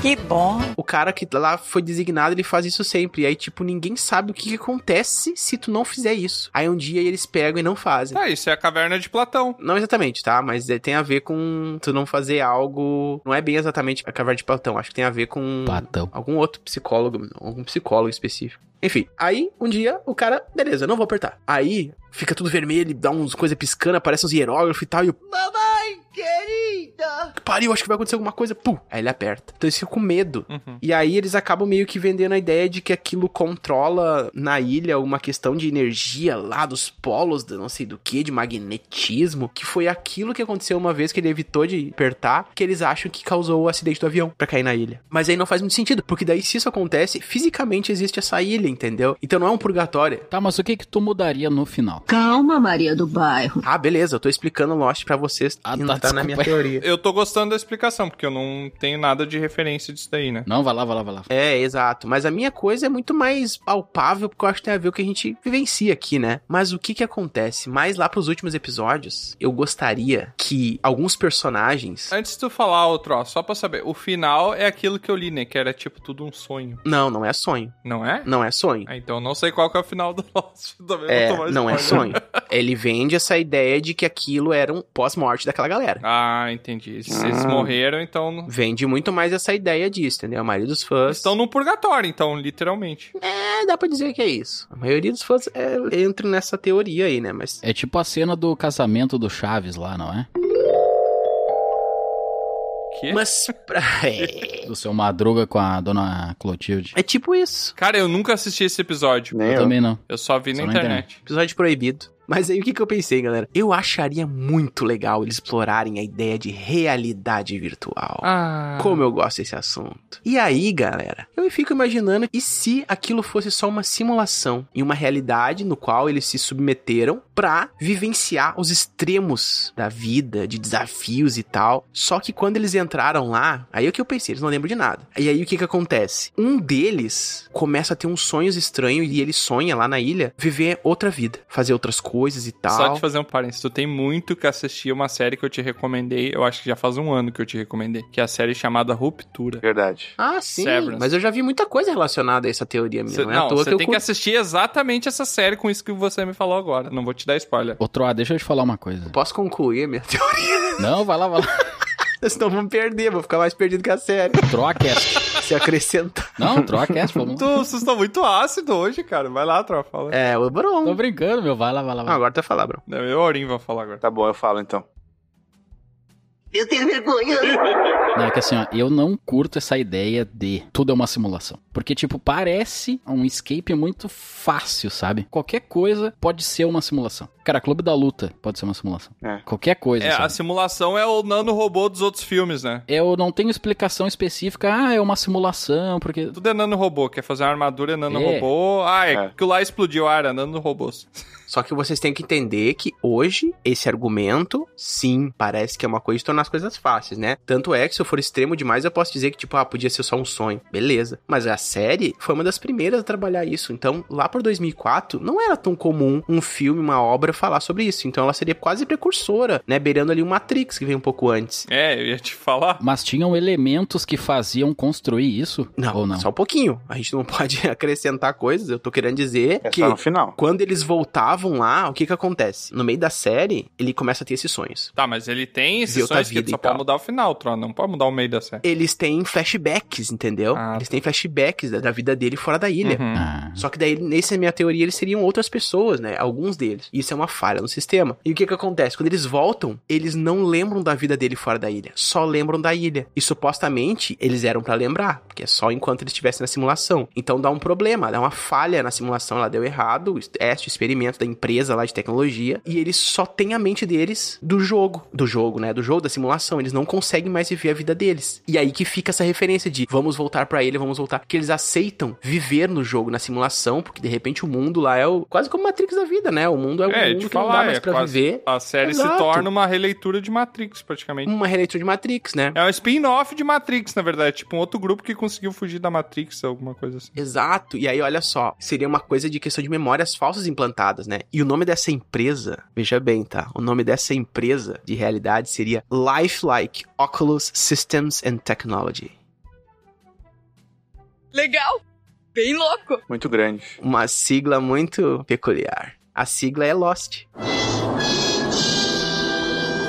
Que bom.
O cara que lá foi designado, ele faz isso sempre. E aí, tipo, ninguém sabe o que, que acontece se tu não fizer isso. Aí um dia eles pegam e não fazem.
Tá, isso é a caverna de Platão.
Não exatamente, tá? Mas é- tem a ver com tu não fazer algo. Não é bem exatamente a caverna de Platão. Acho que tem a ver com.
Platão.
Algum outro psicólogo, algum psicólogo específico. Enfim, aí um dia o cara, beleza, não vou apertar. Aí fica tudo vermelho, ele dá uns coisas piscando, aparece uns hierógrafos e tal, e o
Mamãe querida!
pariu, acho que vai acontecer alguma coisa, pum, aí ele aperta. Então eles ficam com medo.
Uhum.
E aí eles acabam meio que vendendo a ideia de que aquilo controla na ilha uma questão de energia lá dos polos, do não sei do que, de magnetismo, que foi aquilo que aconteceu uma vez que ele evitou de apertar, que eles acham que causou o acidente do avião pra cair na ilha. Mas aí não faz muito sentido, porque daí se isso acontece, fisicamente existe essa ilha, entendeu? Então não é um purgatório,
Tá, mas o que que tu mudaria no final?
Calma, Maria do Bairro.
Ah, beleza, eu tô explicando Lost pra vocês.
Ah,
Ah,
tá,
tá,
desculpa.
na minha teoria.
Eu tô gostando da explicação, porque eu não tenho nada de referência disso daí, né?
Não, vai lá, vai lá, vai lá.
É, exato. Mas a minha coisa é muito mais palpável, porque eu acho que tem a ver com o que a gente vivencia aqui, né? Mas o que que acontece? Mais lá pros últimos episódios, eu gostaria que alguns personagens...
Antes de tu falar outro, ó, só pra saber. O final é aquilo que eu li, né? Que era tipo tudo um sonho,
Não, não é sonho.
não é?
Não é sonho.
Ah, então eu não sei qual que é o final do Lost. *laughs* Também
É,
vou tomar
não é
spoiler.
sonho. Ele vende essa ideia de que aquilo era um pós-morte daquela galera.
Ah, entendi. Se eles
Ah.
morreram, então.
Vende muito mais essa ideia disso, entendeu? A maioria dos fãs...
Estão no purgatório, então, literalmente.
É, dá pra dizer que é isso. A maioria dos fãs é, entra nessa teoria aí, né? Mas
É tipo a cena do casamento do Chaves lá, não é?
Que?
Mas. pra- *laughs* É,
Do seu Madruga com a dona Clotilde.
é tipo isso.
Cara, eu nunca assisti esse episódio.
Né?
Nem
Eu
eu.
também não.
Eu só vi
Só
na
na
internet.
Episódio proibido. Mas aí o que, que eu pensei, galera? Eu acharia muito legal eles explorarem a ideia de realidade virtual.
Ah.
Como eu gosto desse assunto. E aí, galera, eu fico imaginando e se aquilo fosse só uma simulação e uma realidade no qual eles se submeteram pra vivenciar os extremos da vida, de desafios e tal. Só que quando eles entraram lá, aí é o que eu pensei, eles não lembram de nada. E aí o que que acontece? Um deles começa a ter uns sonhos estranhos e ele sonha lá na ilha viver outra vida, fazer outras coisas e tal.
Só te fazer um parênteses, tu tem muito que assistir uma série que eu te recomendei, eu acho que já faz um ano que eu te recomendei, que é a série chamada Ruptura.
Verdade.
Ah, sim,
Severance.
mas eu já vi muita coisa relacionada a essa teoria minha,
Cê-
não é à toa
você
que eu
tem que
curto.
assistir exatamente essa série com isso que você me falou agora. Não vou te dar spoiler.
Outro, ah, deixa eu te falar uma coisa.
Posso concluir minha teoria?
Não, vai lá, vai lá. *laughs*
Senão vamos perder, vou ficar mais perdido que a série.
Troca essa.
Se
*laughs*
acrescentar.
Não, troca essa, vamos
Tu,
lá.
vocês estão muito ácido hoje, cara. Vai lá, tropa. Fala.
É, o
Tô
Bron.
brincando, meu. Vai lá, vai lá, vai lá.
Agora tá falando, Bron.
Não, eu e o Aurim vou falar agora.
Tá bom, eu falo então.
Eu tenho vergonha.
Não, é que assim, ó, eu não curto essa ideia de tudo é uma simulação. Porque, tipo, parece um escape muito fácil, sabe? Qualquer coisa pode ser uma simulação. Cara, Clube da Luta pode ser uma simulação.
É.
Qualquer coisa,
É, a
sabe?
simulação é o nanorobô dos outros filmes, né?
Eu não tenho explicação específica, ah, é uma simulação, porque...
Tudo é nanorobô, quer fazer uma armadura é nanorobô. Ah, é,
É.
aquilo lá explodiu, ah, era nanorobôs.
Só que vocês têm que entender que hoje, esse argumento, sim, parece que é uma coisa de tornar as coisas fáceis, né? Tanto é que se eu for extremo demais, eu posso dizer que, tipo, ah, podia ser só um sonho. Beleza. Mas a série foi uma das primeiras a trabalhar isso. Então, lá por 2004, não era tão comum um filme, uma obra falar sobre isso. Então, ela seria quase precursora, né? Beirando ali o Matrix, que veio um pouco antes.
É, eu ia te falar.
Mas tinham elementos que faziam construir isso?
Não,
ou não?
só um pouquinho. A gente não *laughs* pode acrescentar coisas. Eu tô querendo dizer
É
que
só no final.
quando eles voltavam lá, o que que acontece? No meio da série, ele começa a ter esses sonhos.
Tá, mas ele tem esses
Viu tua
sonhos que
vida
tu só
e tal.
pode mudar o final, Tron. Não pode mudar o meio da série.
Eles têm flashbacks, entendeu?
Ah,
tá.
eles têm flashbacks da, da vida dele fora da ilha.
Uhum.
Ah,
Só que daí, nessa minha teoria, eles seriam outras pessoas, né? Alguns deles. Isso é uma falha no sistema. E o que que acontece? Quando eles voltam, eles não lembram da vida dele fora da ilha. Só lembram da ilha. E supostamente, eles eram pra lembrar. Porque é só enquanto eles estivessem na simulação. Então dá um problema, dá uma falha na simulação. Ela deu errado, o teste, o experimento da empresa lá de tecnologia. E eles só têm a mente deles do jogo. Do jogo, né? Do jogo, da simulação. Eles não conseguem mais viver a vida deles. E aí que fica essa referência de vamos voltar pra ele, vamos voltar. Que eles aceitam viver no jogo, na simulação, porque de repente o mundo lá é o. Quase como Matrix da vida, né? O mundo é um
É, eu ia
mundo
te
que não dá
falar,
mais
é
pra
quase-
viver.
A série se
Exato.
torna uma releitura de Matrix, praticamente.
Uma releitura de Matrix, né?
É um spin-off de Matrix, na verdade. Tipo um outro grupo que conseguiu fugir da Matrix, alguma coisa assim.
Exato. E aí, olha só, seria uma coisa de questão de memórias falsas implantadas, né? E o nome dessa empresa, veja bem, tá? O nome dessa empresa de realidade seria Lifelike Oculus Systems and Technology.
Legal. Bem louco.
Muito grande.
Uma sigla muito peculiar. A sigla é Lost.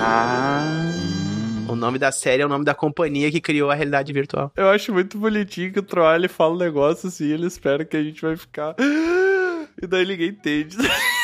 Ah.
O nome da série é o nome da companhia que criou a realidade virtual.
Eu acho muito bonitinho que o Troll ele fala um negócio assim, ele espera que a gente vai ficar. *gasps* E daí ninguém entende. *laughs*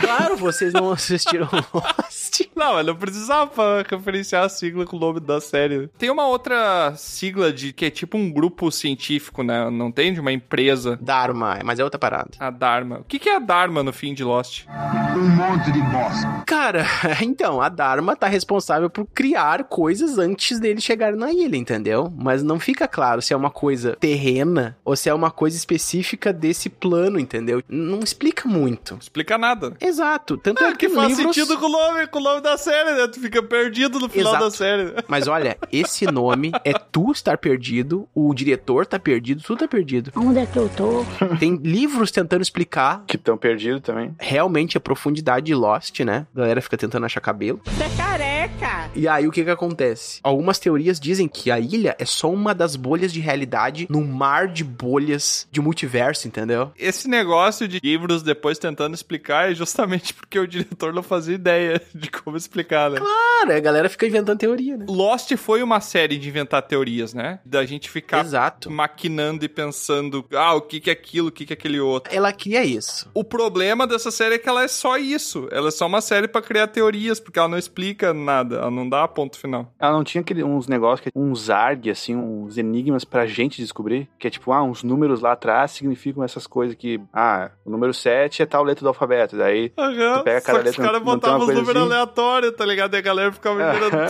Claro, vocês não assistiram Lost.
Não, mas não precisava referenciar a sigla com o nome da série. né? Tem uma outra sigla de que é tipo um grupo científico, né? Não tem de uma empresa.
Dharma, mas é outra parada.
A Dharma. O que que é a Dharma no fim de Lost?
Um monte de bosta.
Cara, *laughs* então, a Dharma tá responsável por criar coisas antes dele chegar na ilha, entendeu? Mas não fica claro se é uma coisa terrena ou se é uma coisa específica desse plano, entendeu? Não explica muito.
Não explica nada.
Exato, tanto é,
É,
que,
que faz
livros...
sentido com o nome, com o nome da série, né? Tu fica perdido no final
Exato.
da série.
*laughs*
né?
Mas olha, esse nome é tu estar perdido, o diretor tá perdido, tu tá perdido.
Onde é que eu tô?
Tem livros tentando explicar
Que tão perdido também.
realmente a profundidade de Lost, né? A galera fica tentando achar cabelo.
Você é careca.
E aí o que que acontece? Algumas teorias dizem que a ilha é só uma das bolhas de realidade num mar de bolhas de multiverso, entendeu?
Esse negócio de livros depois tentando explicar é justamente *laughs* porque o diretor não fazia ideia de como explicar, né?
Cara, a galera fica inventando teoria, né?
Lost foi uma série de inventar teorias, né? Da gente ficar
Exato.
maquinando e pensando, ah, o que que é aquilo, o que que é aquele outro.
Ela cria isso.
O problema dessa série é que ela é só isso. Ela é só uma série pra criar teorias, porque ela não explica nada, ela não dá ponto final.
Ela não tinha aquele, uns negócios, que- é uns arg, assim, uns enigmas pra gente descobrir. Que é tipo, ah, uns números lá atrás significam essas coisas que, ah, o número 7 é tal letra do alfabeto. Daí.
Aham,
Tu pega
só
cada
que os
letra,
caras
não tem uma
botavam os
coisa
números
assim?
aleatórios, tá ligado? E a galera ficava mirando.
Aham.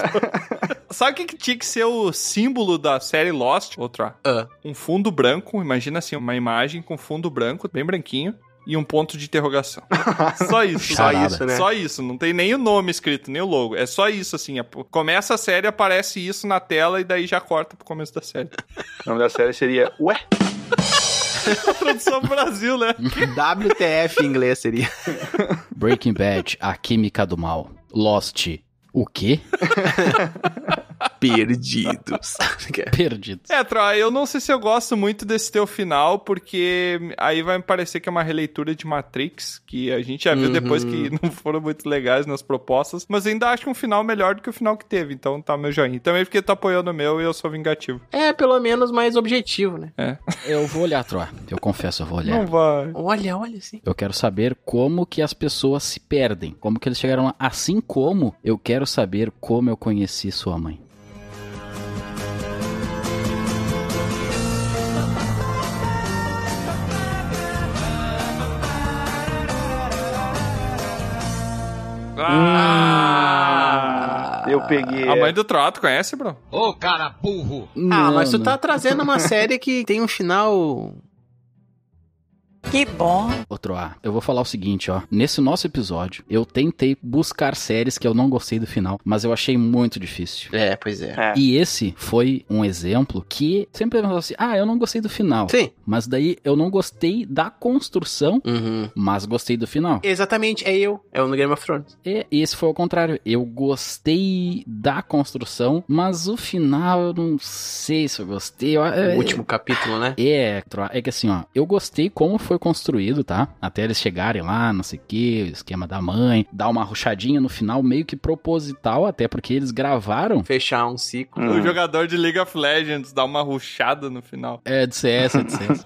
*laughs* Sabe o que, que tinha que ser o símbolo da série Lost? Outra.
Ah.
Um fundo branco, imagina assim, uma imagem com fundo branco, bem branquinho, e um ponto de
*laughs*
interrogação. Só isso.
Só
Charada.
isso, né?
Só isso, não tem nem o nome escrito, nem o logo. É só isso, assim. é- Começa a série, aparece isso na tela e daí já corta pro começo da série. *laughs*
o nome da série seria Ué?
Tradução pro Brasil, né?
*laughs* WTF em inglês seria.
Breaking Bad, A Química do Mal. Lost, o quê? *laughs*
Perdidos.
Perdido.
É, Troy, eu não sei se eu gosto muito desse teu final, porque aí vai me parecer que é uma releitura de Matrix, que a gente já viu
Uhum.
depois que não foram muito legais nas propostas, mas ainda acho um final melhor do que o final que teve, então tá meu joinha. Também porque tá apoiando o meu e eu sou vingativo.
é, pelo menos mais objetivo, né?
Eu vou olhar, Troa. Eu confesso, eu vou olhar.
Não vai.
Olha, olha assim.
Eu quero saber como que as pessoas se perdem, como que eles chegaram lá, assim como eu quero saber como eu conheci sua mãe.
Ah!
Eu peguei.
A mãe do Troy, tu conhece, bro?
Ô, cara burro.
Ah, mas tu tá trazendo uma série que tem um final.
Que bom.
Outro A, eu vou falar o seguinte, ó. Nesse nosso episódio, eu tentei buscar séries que eu não gostei do final, mas eu achei muito difícil.
É, pois é.
E esse foi um exemplo que sempre eu pensava assim: ah, eu não gostei do final.
Sim.
Mas daí eu não gostei da construção, mas gostei do final.
Exatamente, é eu. É o no Game of Thrones.
E esse foi o contrário. Eu gostei da construção, mas o final eu não sei se eu gostei. É Eu-
O último capítulo, né?
É, tro- é que assim, ó, eu gostei como foi construído, tá? Até eles chegarem lá, não sei o que, o esquema da mãe, dar uma ruchadinha no final, meio que proposital, até porque eles gravaram
Fechar um ciclo.
Hum.
O jogador de League of Legends dá uma ruchada no final.
É, de CS, é de CS.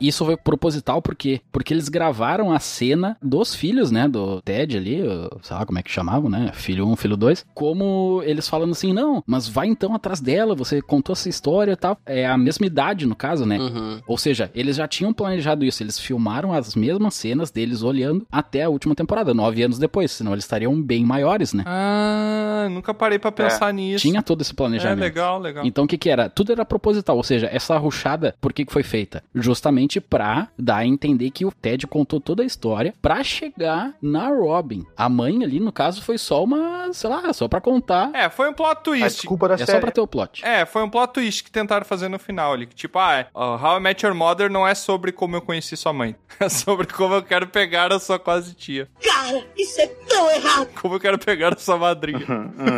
Isso foi proposital porque porque eles gravaram a cena dos filhos, né, do Ted ali, o- sei lá como é que chamavam, né, filho 1, filho 2, como eles falando assim, não, mas vai então atrás dela, você contou essa história e tal. É a mesma idade no caso,
Hum.
né?
Uhum.
Ou seja, eles já tinham planejado isso, eles filmaram as mesmas cenas deles olhando até a última temporada, nove anos depois, senão eles estariam bem maiores, né?
Ah, nunca parei pra pensar nisso.
É. Tinha todo esse planejamento.
É, legal, legal.
Então o que que era? Tudo era proposital, ou seja, essa ruchada, por que que foi feita? Justamente pra dar a entender que o Ted contou toda a história pra chegar na Robin. A mãe ali, no caso, foi só uma, sei lá, só pra contar.
É, foi um plot twist.
é só pra ter o plot.
É, foi um plot twist que tentaram fazer no final ali. que Tipo, ah, é, ó, How I Met Your Mother não é sobre como eu conheci sua mãe. *laughs* É sobre como eu quero pegar a sua quase tia.
Cara, isso é tão errado.
Como eu quero pegar a sua madrinha.
Hum,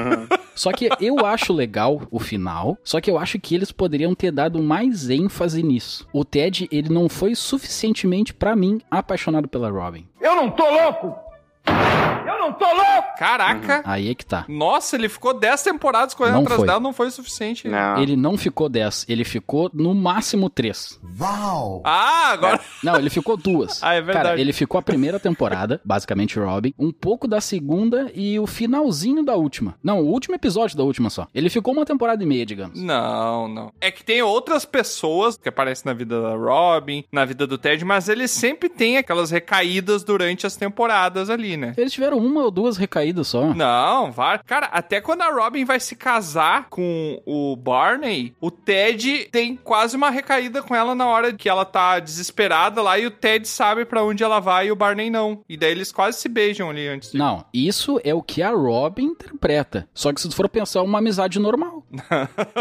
Só que eu acho legal o final, só que eu acho que eles poderiam ter dado mais ênfase nisso. O Ted, ele não foi suficientemente, pra mim, apaixonado pela Robin.
Eu não tô louco! Eu não tô louco!
Caraca!
Aí é que tá.
Nossa, ele ficou 10 temporadas correndo
Não
atrás
foi.
dela, não foi o suficiente.
Ele não ficou 10, ele ficou no máximo 3.
Uau! Ah, agora.
Não, ele ficou duas.
Ah, é verdade.
Cara, ele ficou a primeira
*laughs*
temporada, basicamente Robin, um pouco da segunda e o finalzinho da última. Não, o último episódio da última só. Ele ficou uma temporada e meia, digamos.
Não, não. É que tem outras pessoas que aparecem na vida da Robin, na vida do Ted, mas ele sempre tem aquelas recaídas durante as temporadas ali, né?
Eles tiveram uma ou duas recaídas só.
Não, vai. Cara, até quando a Robin vai se casar com o Barney, o Ted tem quase uma recaída com ela na hora que ela tá desesperada lá e o Ted sabe pra onde ela vai e o Barney não. E daí eles quase se beijam ali antes.
Não, isso é o que a Robin interpreta. Só que se tu for pensar, é uma
*laughs*
amizade normal.
*laughs*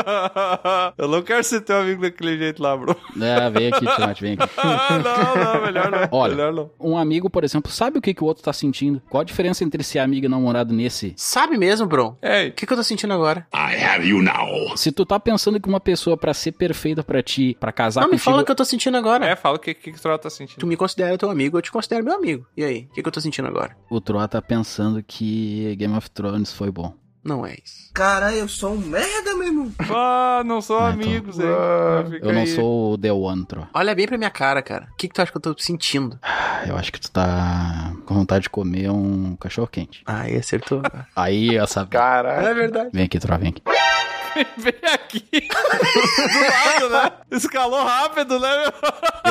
Eu não quero ser teu amigo daquele jeito lá, *laughs* bro.
É, vem aqui, Timate, vem aqui.
Ah, não, não, melhor não.
Olha,
melhor não.
um amigo, por exemplo, sabe o que, que o outro tá sentindo? Qual a diferença entre ser amigo e namorado nesse?
Sabe mesmo, Bron?
Ei.
O que, que eu tô sentindo agora?
I have you now.
Se tu tá pensando que uma pessoa pra ser perfeita pra ti, pra casar
Não me
contigo,
fala o que eu tô sentindo agora.
É, fala o que, que, que o Troll tá sentindo.
Tu me considera teu amigo, eu te considero meu amigo. E aí, o que, que eu tô sentindo agora?
o Troa tá pensando que Game of Thrones foi bom.
Não é isso.
Cara, eu sou um merda, meu irmão.
Ah, não sou amigos, hein? Ah, fica
então. Eu não
aí.
sou o The One, Troa.
Olha bem pra minha cara, cara. O que, que tu acha que eu tô sentindo?
Eu acho que tu tá com vontade de comer um cachorro quente.
Aí, acertou. cara.
Aí, eu sabia.
Caralho.
*laughs* é
*laughs*
verdade.
Vem aqui, Troa, vem aqui.
Vem aqui. Do lado, né? *laughs* Escalou rápido, né, meu?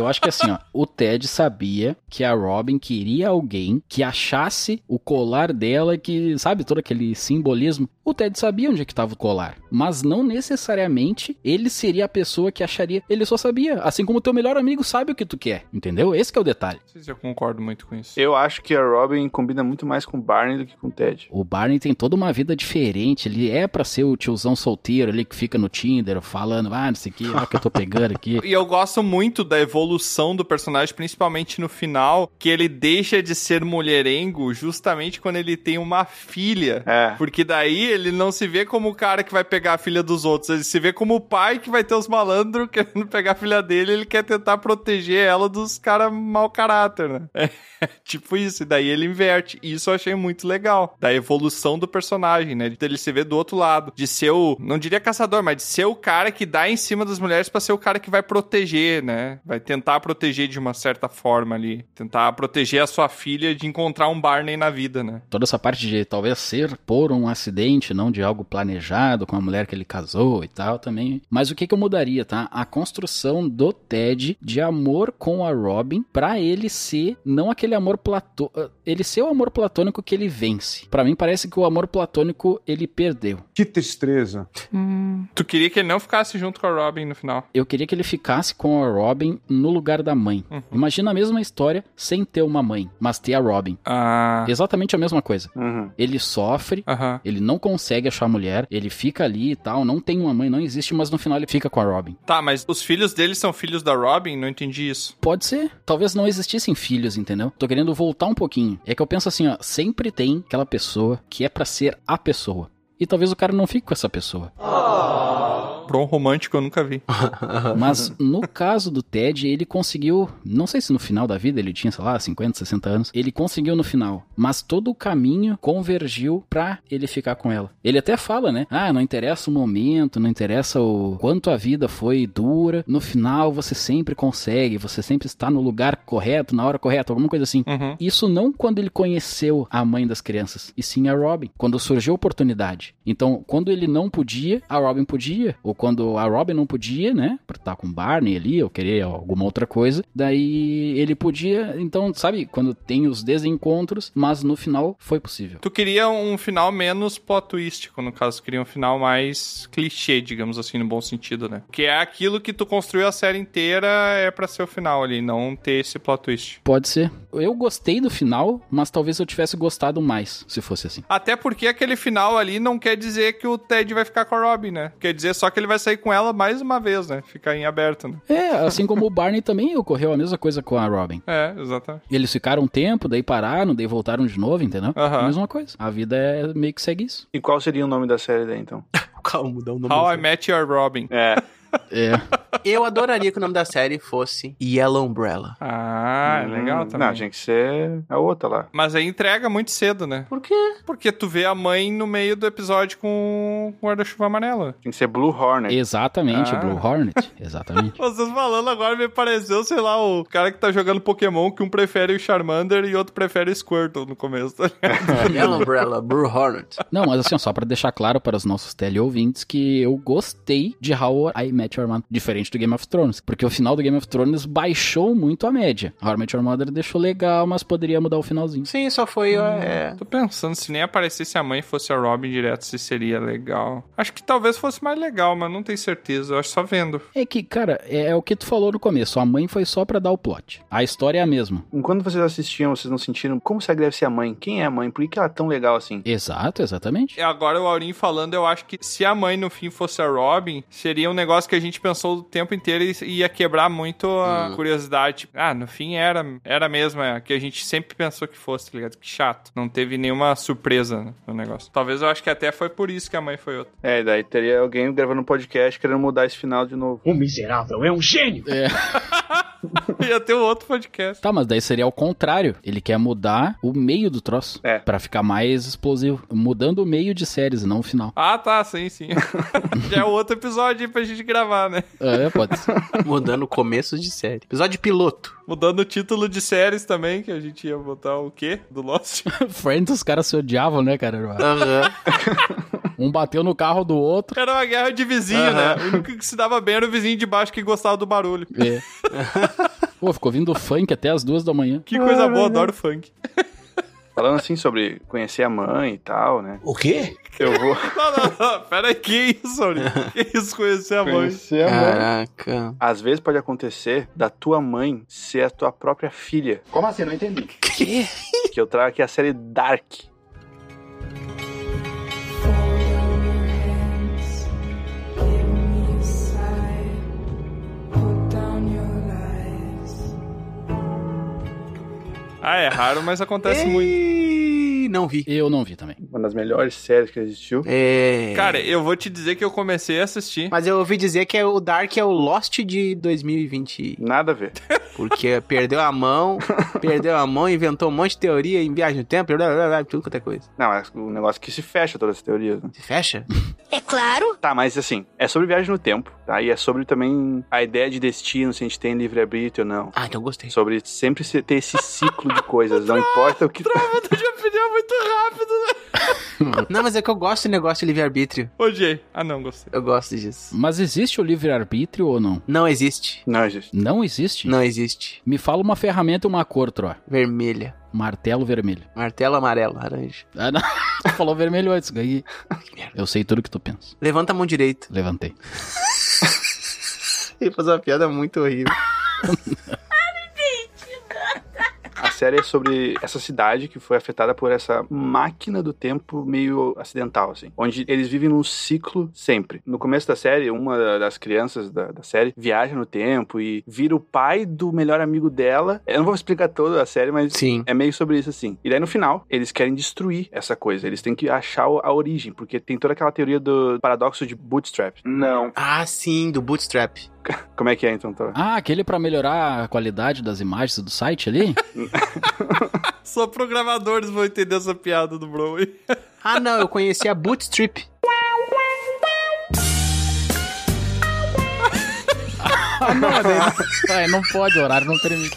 Eu acho que assim, ó, o Ted sabia que a Robin queria alguém que achasse o colar dela, que sabe todo aquele simbolismo. O Ted sabia onde é que estava o colar, mas não necessariamente ele seria a pessoa que acharia. Ele só sabia, assim como o teu melhor amigo sabe o que tu quer, entendeu? Esse que é o detalhe.
Não sei se eu concordo muito com isso.
Eu acho que a Robin combina muito mais com o Barney do que com o Ted.
O Barney tem toda uma vida diferente, ele é pra ser o tiozão solteiro ali que fica no Tinder falando, ah, não sei o que, olha o que eu tô pegando
*laughs*
aqui.
E eu gosto muito da evolução do personagem, principalmente no final, que ele deixa de ser mulherengo justamente quando ele tem uma filha.
É.
Porque daí ele não se vê como o cara que vai pegar a filha dos outros, ele se vê como o pai que vai ter os malandros *laughs* querendo pegar a filha dele, ele quer tentar proteger ela dos caras mau caráter, né? É, *laughs* tipo isso, e daí ele inverte. E isso eu achei muito legal, da evolução do personagem, né? De ele se ver do outro lado, de ser o, não diria caçador, mas de ser o cara que dá em cima das mulheres pra ser o cara que vai proteger, né? Vai tentar proteger de uma certa forma ali, tentar proteger a sua filha de encontrar um Barney na vida, né?
Toda essa parte de talvez ser por um acidente, acidente, não de algo planejado com a mulher que ele casou e tal também. Mas o que, que eu mudaria, tá? A construção do Ted de amor com a Robin pra ele ser não aquele amor platônico. Ele ser o amor platônico que ele vence. Pra mim parece que o amor platônico ele perdeu.
Que tristeza.
Tu queria que ele não ficasse junto com a Robin no final.
Eu queria que ele ficasse com a Robin no lugar da mãe. Imagina a mesma história sem ter uma mãe, mas ter a Robin.
Ah.
Exatamente a mesma coisa.
uhum.
Ele sofre, ele não consegue achar a mulher, ele fica ali e tal, não tem uma mãe, não existe, mas no final ele fica com a Robin.
Tá, mas os filhos dele são filhos da Robin? Não entendi isso.
Pode ser. Talvez não existissem filhos, entendeu? Tô querendo voltar um pouquinho. É que eu penso assim, ó, sempre tem aquela pessoa que é pra ser a pessoa. E talvez o cara não fique com essa pessoa.
Prom romântico eu nunca vi.
Mas no caso do Ted, ele conseguiu, não sei se no final da vida ele tinha, sei lá, 50, 60 anos, ele conseguiu no final, mas todo o caminho convergiu pra ele ficar com ela. Ele até fala, né? Ah, não interessa o momento, não interessa o quanto a vida foi dura, no final você sempre consegue, você sempre está no lugar correto, na hora correta, alguma coisa assim.
Uhum.
Isso não quando ele conheceu a mãe das crianças, e sim a Robin, quando surgiu a oportunidade. Então, quando ele não podia, a Robin podia, ou quando a Robin não podia, né, por estar com o Barney ali, ou querer alguma outra coisa, daí ele podia, então, sabe, quando tem os desencontros, mas no final foi possível.
Tu queria um final menos plot-twistico, no caso, queria um final mais clichê, digamos assim, no bom sentido, né? Que é aquilo que tu construiu a série inteira, é pra ser o final ali, não ter esse plot twist.
Pode ser. Eu gostei do final, mas talvez eu tivesse gostado mais se fosse assim.
Até porque aquele final ali não quer dizer que o Ted vai ficar com a Robin, né? Quer dizer só que ele vai sair com ela mais uma vez, né? Ficar em aberto, né?
É, assim como o Barney também ocorreu a mesma coisa com a Robin.
É, exatamente.
Eles ficaram um tempo, daí pararam, daí voltaram de novo, entendeu?
Aham.
A mesma coisa. A vida é meio que segue isso.
E qual seria o nome da série daí, então?
Calma, mudar o nome.
How I Met Your Robin.
É.
É.
Eu adoraria que o nome da série fosse Yellow Umbrella.
Ah, é legal também.
Hum, Não, tinha que ser a outra lá.
Mas aí entrega muito cedo, né?
Por quê?
Porque tu vê a mãe no meio do episódio com o guarda-chuva amarelo.
Tinha que ser Blue Hornet.
É, Exatamente,
Ah. *laughs*
Blue Hornet. Exatamente.
Vocês falando agora me pareceu, sei lá, o cara que tá jogando Pokémon, que um prefere o Charmander e outro prefere o Squirtle no começo. tá ligado?
Yellow Umbrella, Blue Hornet.
Não, mas assim, ó, só pra deixar claro para os nossos teleouvintes que eu gostei de How I Met Your Mother, diferente do Game of Thrones, porque o final do Game of Thrones baixou muito a média. How I Met Your Mother deixou legal, mas poderia mudar o finalzinho.
Sim, só foi. é,
Tô pensando, se nem aparecesse a mãe e fosse a Robin direto, se seria legal. Acho que talvez fosse mais legal, mas não tenho certeza. Eu acho só vendo.
É que, cara, é, é o que tu falou no começo, a mãe foi só pra dar o plot. A história é a mesma.
Enquanto vocês assistiam, vocês não sentiram como será que deve ser a mãe? Quem é a mãe? Por que que ela é tão legal assim?
Exato, exatamente.
E agora o Aurim falando, eu acho que se a mãe no fim fosse a Robin, seria um negócio que a gente pensou o tempo inteiro e ia quebrar muito a curiosidade. Tipo, Ah, no fim era, era mesmo, é, que a gente sempre pensou que fosse, tá ligado? Que chato. Não teve nenhuma surpresa né, no negócio. Talvez eu acho que até foi por isso que a mãe foi outra. *laughs*
É, daí teria alguém gravando um podcast querendo mudar esse final de novo.
O miserável é um gênio!
ia ter um outro podcast.
Tá, mas daí seria ao contrário. Ele quer mudar o meio do troço
É.
Pra ficar mais explosivo, mudando o meio de séries, não o final.
Ah, tá, sim, sim. Já é outro episódio aí pra gente gravar, né?
É, pode ser.
Mudando o começo de série. Episódio piloto.
Mudando o título de séries também, que a gente ia botar o quê? Do Lost?
Friends, os caras se odiavam, né, cara?
Aham.
Um bateu no carro do outro.
Era uma guerra de vizinho, né? O único que se dava bem era o vizinho de baixo que gostava do barulho.
É. Pô, ficou vindo funk até as duas da manhã.
Que coisa boa, adoro funk.
Falando assim sobre conhecer a mãe e tal, né?
O quê?
Eu vou *laughs*
Não, não, não. Pera aí, que isso,
*laughs*
Aurim? Que isso, conhecer a mãe?
conhecer a mãe.
Caraca.
Às vezes pode acontecer da tua mãe ser a tua própria filha.
Como assim? Não entendi.
Que?
Que eu trago aqui a série Dark.
Ah, é raro, mas acontece muito.
Ei, não vi.
Eu não vi também.
Uma das melhores séries que existiu.
É.
Cara, eu vou te dizer que eu comecei a *laughs* assistir.
Mas eu ouvi dizer que é o Dark é o Lost de 2020.
Nada a ver.
Porque perdeu a mão, perdeu a mão, inventou um monte de teoria em viagem no tempo, blá, blá, blá, tudo quanto é coisa.
Não, é um negócio que se fecha todas as teorias. Né?
Se fecha?
É claro.
Tá, mas assim, é sobre viagem no tempo, tá? E é sobre também a ideia de destino, se a gente tem livre-arbítrio ou não.
Ah, então gostei.
Sobre sempre se- ter esse ciclo de coisas, não importa o que.
Trava, tu já pedi viajou muito rápido.
Não, mas é que eu gosto do negócio de livre-arbítrio.
Odiei. Ah, não, gostei.
Eu gosto disso.
Mas existe o livre-arbítrio ou não?
Não existe.
Não existe.
Não existe?
Não existe.
Me fala uma ferramenta e uma cor, Tro.
Vermelha.
Martelo vermelho.
Martelo amarelo, laranja.
Ah, não. *laughs* Tu falou vermelho antes, ganhei. Eu sei tudo que tu pensa.
Levanta a mão direita.
Levantei.
Ele faz uma piada muito horrível.
A série é sobre essa cidade que foi afetada por essa máquina do tempo meio acidental, assim. Onde eles vivem num ciclo sempre. No começo da série, uma das crianças da, da série viaja no tempo e vira o pai do melhor amigo dela. Eu não vou explicar toda a série, mas
Sim.
é meio sobre isso, assim. E daí no final, eles querem destruir essa coisa. Eles têm que achar a origem, porque tem toda aquela teoria do paradoxo de bootstrap.
Não.
Ah, sim, do Bootstrap.
Como é que é, então, Toro?
Ah, aquele pra melhorar a qualidade das imagens do site ali?
Só programadores vão entender essa piada do Bro. hein?
Ah, não, eu conheci a Bootstrap.
*laughs* Ah, não, mas daí- Ah, não pode, o horário não permite.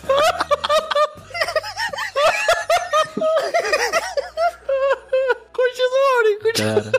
Continua, Aurim, continua.
Cara.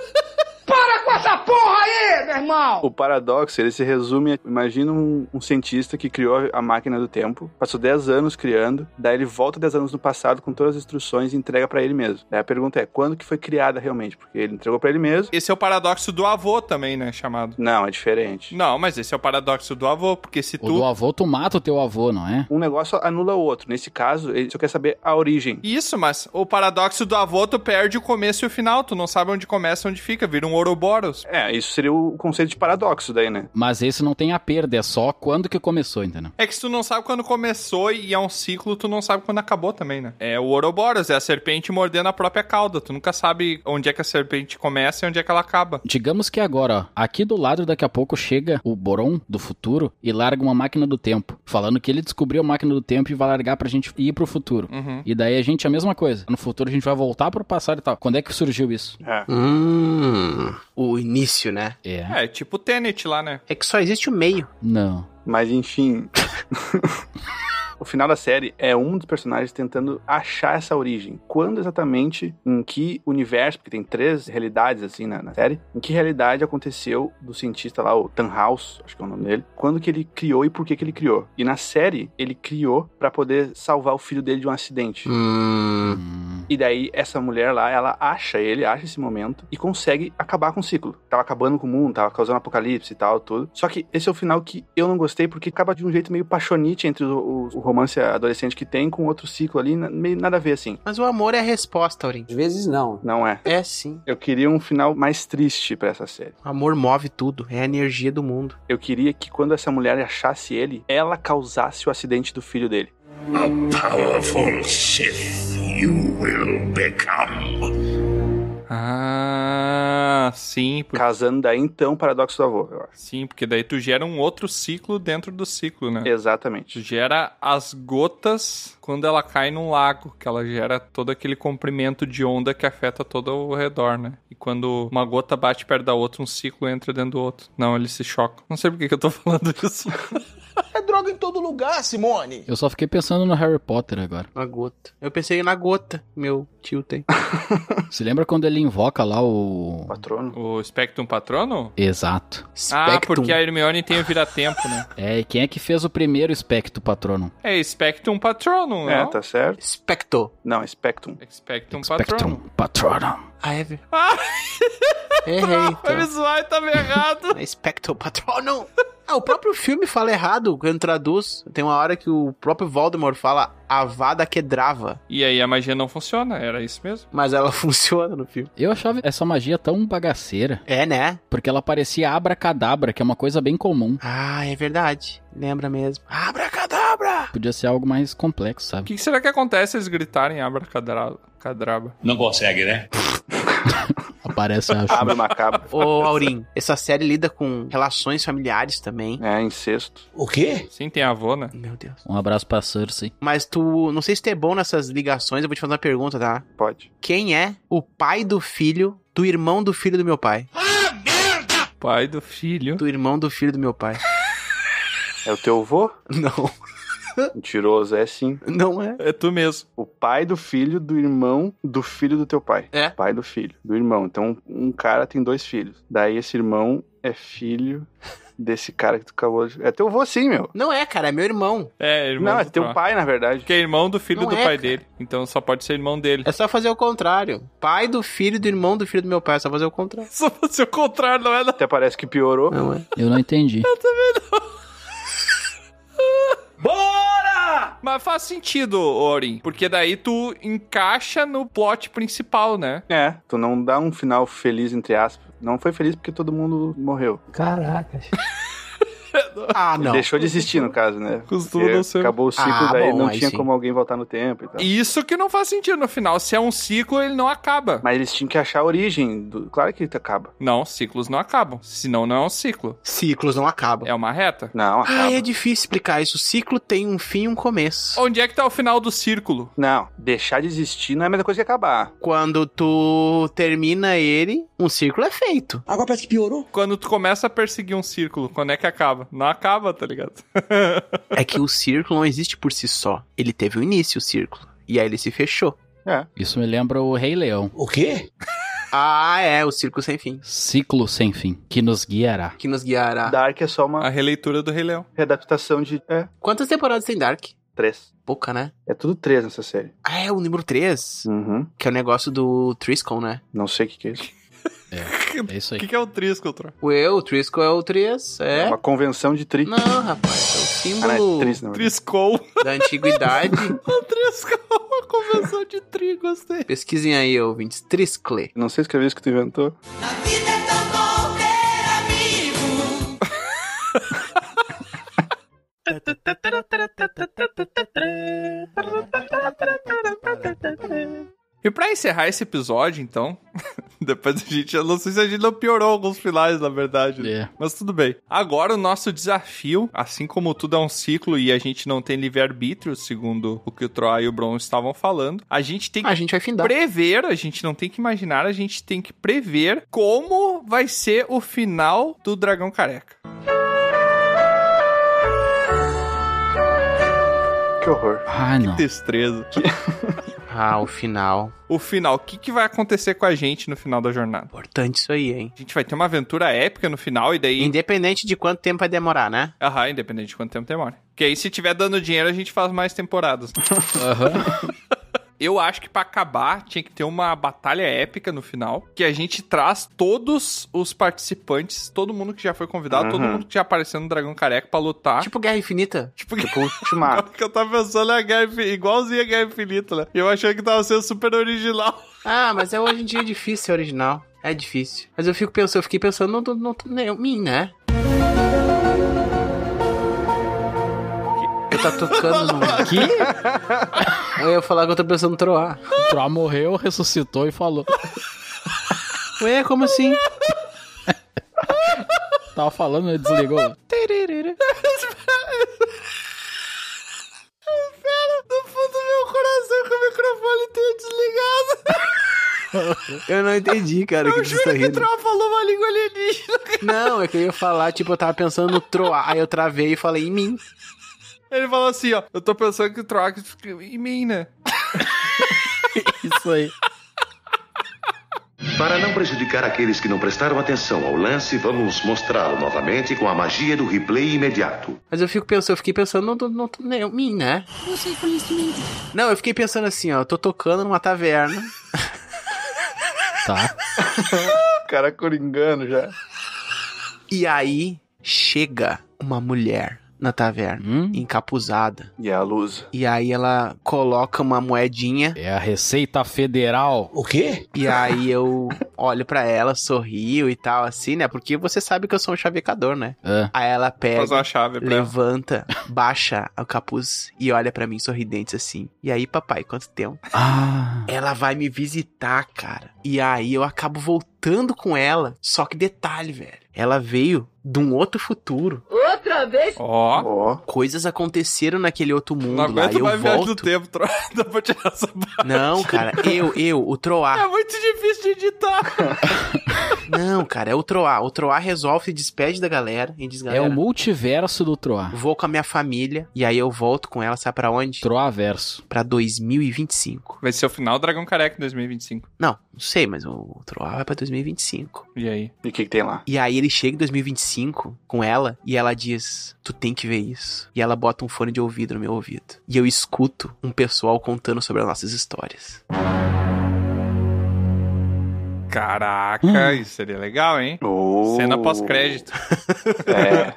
Para com essa porra aí, meu irmão!
O paradoxo, ele se resume, a- imagina um, um cientista que criou a máquina do tempo, passou 10 anos criando, daí ele volta 10 anos no passado com todas as instruções e entrega pra ele mesmo. Daí a pergunta é, quando que foi criada realmente? Porque ele entregou pra ele mesmo.
Esse é o paradoxo do avô também, né? Chamado.
Não, é diferente.
Não, mas esse é o paradoxo do avô, porque se
O
tu.
do avô, tu mata o teu avô, não é?
Um negócio anula o outro. Nesse caso, ele só quer saber a origem.
Isso, mas o paradoxo do avô, tu perde o começo e o final. Tu não sabe onde começa e onde fica. Vira um Ouroboros.
É, isso seria o conceito de paradoxo daí, né?
Mas esse não tem a perda, é só quando que começou, entendeu?
É que se tu não sabe quando começou e é um ciclo, tu não sabe quando acabou também, né? É o Ouroboros, é a serpente mordendo a própria cauda. Tu nunca sabe onde é que a serpente começa e onde é que ela acaba.
Digamos que agora, ó, aqui do lado daqui a pouco chega o Boron do futuro e larga uma máquina do tempo, falando que ele descobriu a máquina do tempo e vai largar pra gente ir pro futuro.
Uhum.
E daí a gente é a mesma coisa. No futuro a gente vai voltar pro passado e tal. Quando é que surgiu isso?
É.
Hum, o início, né?
É.
É, tipo o Tenet lá, né?
É que só existe o meio.
Não.
Mas enfim. *laughs* O final da série é um dos personagens tentando achar essa origem. Quando exatamente, em que universo, porque tem três realidades assim na, na série, em que realidade aconteceu do cientista lá, o Tannhaus, acho que é o nome dele, quando que ele criou e por que que ele criou. E na série, ele criou pra poder salvar o filho dele de um acidente.
Hum,
Hum.
E daí, essa mulher lá, ela acha ele, acha esse momento e consegue acabar com o ciclo. Tava acabando com o mundo, tava causando apocalipse e tal, tudo. Só que esse é o final que eu não gostei, porque acaba de um jeito meio paixonite entre o, o- o romance adolescente que tem com outro ciclo ali, na- meio nada a ver assim.
mas o amor é a resposta, Aurim.
Às vezes não.
Não é.
É sim.
Eu queria um final mais triste pra essa série.
O amor move tudo. É a energia do mundo.
Eu queria que quando essa mulher achasse ele, ela causasse o acidente do filho dele.
Powerful Sith you will become.
Ah, sim, porque.
Casando daí então o paradoxo do avô, eu acho.
Sim, porque daí tu gera um outro ciclo dentro do ciclo, né? Tu
Exatamente.
gera as gotas quando ela cai num lago, que ela gera todo aquele comprimento de onda que afeta todo o redor, né? E quando uma gota bate perto da outra, um ciclo entra dentro do outro. Não, eles se chocam. Não sei por que, que eu tô *laughs* falando isso.
É droga em todo lugar, Simone.
Eu só fiquei pensando no Harry Potter
*laughs*
agora.
Na gota. Eu pensei na gota. Meu tio tem.
Se lembra quando ele invoca lá o.
Patrono.
o Spectrum Patrono?
Exato.
Ah,
Spectrum.
porque a Hermione tem o vira-tempo, né?
É, e quem é que fez o primeiro espectro patrono?
*laughs* É Spectrum Patrono,
É,
não?
tá certo.
Specto.
Não, Spectrum.
Spectrum Patrono.
Spectrum Patrono.
Ah,
*laughs*
é ver-
Ah,
Errei.
vai me
Então.
zoar e tava errado.
É Specto Patrono. Ah, o próprio filme fala errado quando traduz. Tem uma hora que o próprio Voldemort fala Avada Kedrava.
*laughs* E aí a magia não funciona, era isso mesmo?
Mas ela *laughs* funciona no filme.
Eu achava essa magia tão bagaceira,
É, né?
porque ela parecia abracadabra, que é uma coisa bem comum.
Ah, é verdade. Lembra mesmo. Abracadabra!
Podia ser algo mais complexo,
O *laughs*
sabe?
que que será que acontece se eles gritarem abracadraba?
Não consegue, né?
Aparece, eu
Abre
acho.
uma
*laughs*
cabra.
Ô, Aurim, essa série lida com relações familiares também.
É, incesto.
O quê?
Sim, tem avô, né?
Meu Deus.
Um abraço pra Cersei.
Mas tu, não sei se tu é bom nessas ligações, eu vou te fazer uma pergunta, tá?
Pode.
Quem é o pai do filho do irmão do filho do meu pai?
Ah, merda!
Pai do filho.
Do irmão do filho do meu pai.
É o teu vô?
*laughs* Não.
Mentiroso, é sim.
Não é. É tu mesmo.
O pai do filho do irmão do filho do teu pai.
É.
Pai do filho, do irmão. Então, um cara tem dois filhos. Daí esse irmão é filho desse cara que tu acabou de... É teu vô sim, meu.
Não é, cara, é meu irmão.
É, irmão.
Não, é
do
teu
Troá.
pai, na verdade.
Que é irmão do filho
Não
do
é,
pai
cara.
dele. Então só pode ser irmão dele. *laughs*
É só fazer o contrário. Pai do filho do irmão do filho do meu pai, é só fazer o contrário.
Só fazer o contrário, não é?
Até parece que piorou.
Não é.
Eu não entendi.
Bora! Mas faz sentido, Orin. Porque daí tu encaixa no plot principal, né?
É, tu não dá um final feliz, entre aspas. Não foi feliz porque todo mundo morreu.
Caracas.
Ah, não.
Deixou de existir, no caso, né?
Costuma
Porque
não ser-
Acabou o ciclo,
Ah,
daí
bom,
não
aí
tinha
sim.
como alguém voltar no tempo e tal.
Isso que não faz sentido no final. Se é um ciclo, ele não acaba.
Mas eles tinham que achar a origem. Do... Claro que acaba.
Não, ciclos não acabam. Senão não é um ciclo.
Ciclos não acabam.
É uma reta.
Não, acaba.
Ah, é difícil explicar isso. O ciclo tem um fim e um começo.
Onde é que tá o final do círculo?
Não, deixar de existir não é a mesma coisa que acabar.
Quando tu termina ele, um círculo é feito.
Agora parece que piorou.
Quando tu começa a perseguir um círculo, quando é que acaba? Não acaba, tá ligado?
É que o círculo não existe por si só. Ele teve o início, o círculo. E aí ele se fechou.
Isso me lembra o Rei Leão.
O quê?
Ah, é, o círculo sem fim.
Ciclo sem fim, que nos guiará.
Que nos guiará.
Dark é só uma
A releitura do Rei Leão.
readaptação de. É,
Quantas temporadas tem Dark?
três.
Pouca, né?
É tudo três nessa série.
Ah, é o número 3.
Uhum.
Que é o negócio do Triscon, né?
Não sei o que, que é isso.
É isso
O
aí.
que, que é o trisco, Tro?
Ué, o Triscon é o 3, é?
Uma convenção de tri.
Não, rapaz, é o
Ah, não, é
símbolo
tris, na verdade.
Triscou.
da antiguidade. *laughs*
Triscou *laughs* uma convenção de tri, gostei.
Pesquisem aí, ouvintes. Triscle.
Não sei escrever isso que tu inventou.
E pra encerrar esse episódio, então, *laughs* depois a gente, eu não sei se a gente não piorou alguns finais, na verdade. né?
É.
Mas tudo bem. Agora o nosso desafio, assim como tudo é um ciclo e a gente não tem livre-arbítrio, segundo o que o Troy e o Bron estavam falando, a gente tem que
A gente vai findar.
prever, a gente não tem que imaginar, a gente tem que prever como vai ser o final do Dragão Careca.
Que horror.
Ah, não.
Destreza.
Ah, o final.
O final, o que, que vai acontecer com a gente no final da jornada?
Importante isso aí, hein?
A gente vai ter uma aventura épica no final e daí
Independente de quanto tempo vai demorar, né?
Aham, independente de quanto tempo demora. Porque aí, se tiver dando dinheiro, a gente faz mais temporadas.
Aham.
*laughs* Eu acho que pra acabar, tinha que ter uma batalha épica no final, que a gente traz todos os participantes, todo mundo que já foi convidado, todo
Uhum.
mundo que já apareceu no Dragão Careca pra lutar.
Tipo Guerra Infinita.
Tipo,
Tipo, ultimato.
*laughs* o que eu tava pensando é a Guerra Infinita, igualzinho a Guerra Infinita, né? Eu achei que tava sendo super original. *laughs*
Ah, mas é hoje em dia difícil ser original. É difícil. Mas eu fico pensando, eu fiquei pensando no, no, no, no mim, né? Eu tá *laughs* tocando no.
Que?
Eu ia falar que eu tô pensando no Troar.
O Troá morreu, ressuscitou e falou.
Ué, como assim?
Tava falando, ele desligou.
No fundo do meu coração que o microfone tenha desligado.
Eu não entendi, cara. o que vocês estão rindo.
Troll falou uma língua alienígena.
Não, é que eu ia falar, tipo, eu tava pensando no Troar. Aí eu travei e falei em mim.
Ele falou assim, ó, eu tô pensando que o Troll em mim, né?
Isso aí.
Para não prejudicar aqueles que não prestaram atenção ao lance, vamos mostrá-lo novamente com a magia do replay imediato.
Mas eu fico pensando, eu fiquei pensando no, no, no, em mim, né? Não, eu fiquei pensando assim, ó, eu tô tocando numa taverna.
Tá.
Cara coringano já.
E aí chega uma mulher na taverna,
Hum?
encapuzada.
E a luz.
E aí ela coloca uma moedinha.
É a Receita Federal.
O quê?
E aí eu olho pra ela, sorrio e tal, assim, né? Porque você sabe que eu sou um chavecador, né?
É.
Aí ela
Faz
pega,
uma chave pra ela.
levanta, baixa o capuz e olha pra mim sorridente assim. E aí, papai, quanto tempo?
Ah.
Ela vai me visitar, cara. E aí eu acabo voltando com ela. Só que detalhe, velho. Ela veio de um outro futuro. Outro
Talvez.
Ó.
Coisas aconteceram naquele outro mundo
Não
lá.
aguento
Eu
mais viagem do
volto.
tempo, tro...
*laughs*
dá pra tirar essa parte.
Não, cara, eu, eu, o
Ah.
Troar.
*laughs* É muito difícil de editar.
Não, cara, é o Troar. O Troar resolve, se despede da galera e diz,
É
galera,
o multiverso do Troar.
vou com a minha família e aí eu volto com ela, sabe pra onde?
Troaverso.
Pra 2025.
*laughs* Vai ser o final do Dragão Careca em 2025.
Não, não sei, mas o, o Troar vai pra 2025.
E aí?
E o que, que tem lá?
E aí ele chega em 2025 com ela e ela diz: Tu tem que ver isso. E ela bota um fone de ouvido no meu ouvido. E eu escuto um pessoal contando sobre as nossas histórias.
Caraca, isso seria legal, hein?
Oh.
Cena pós-crédito.
É.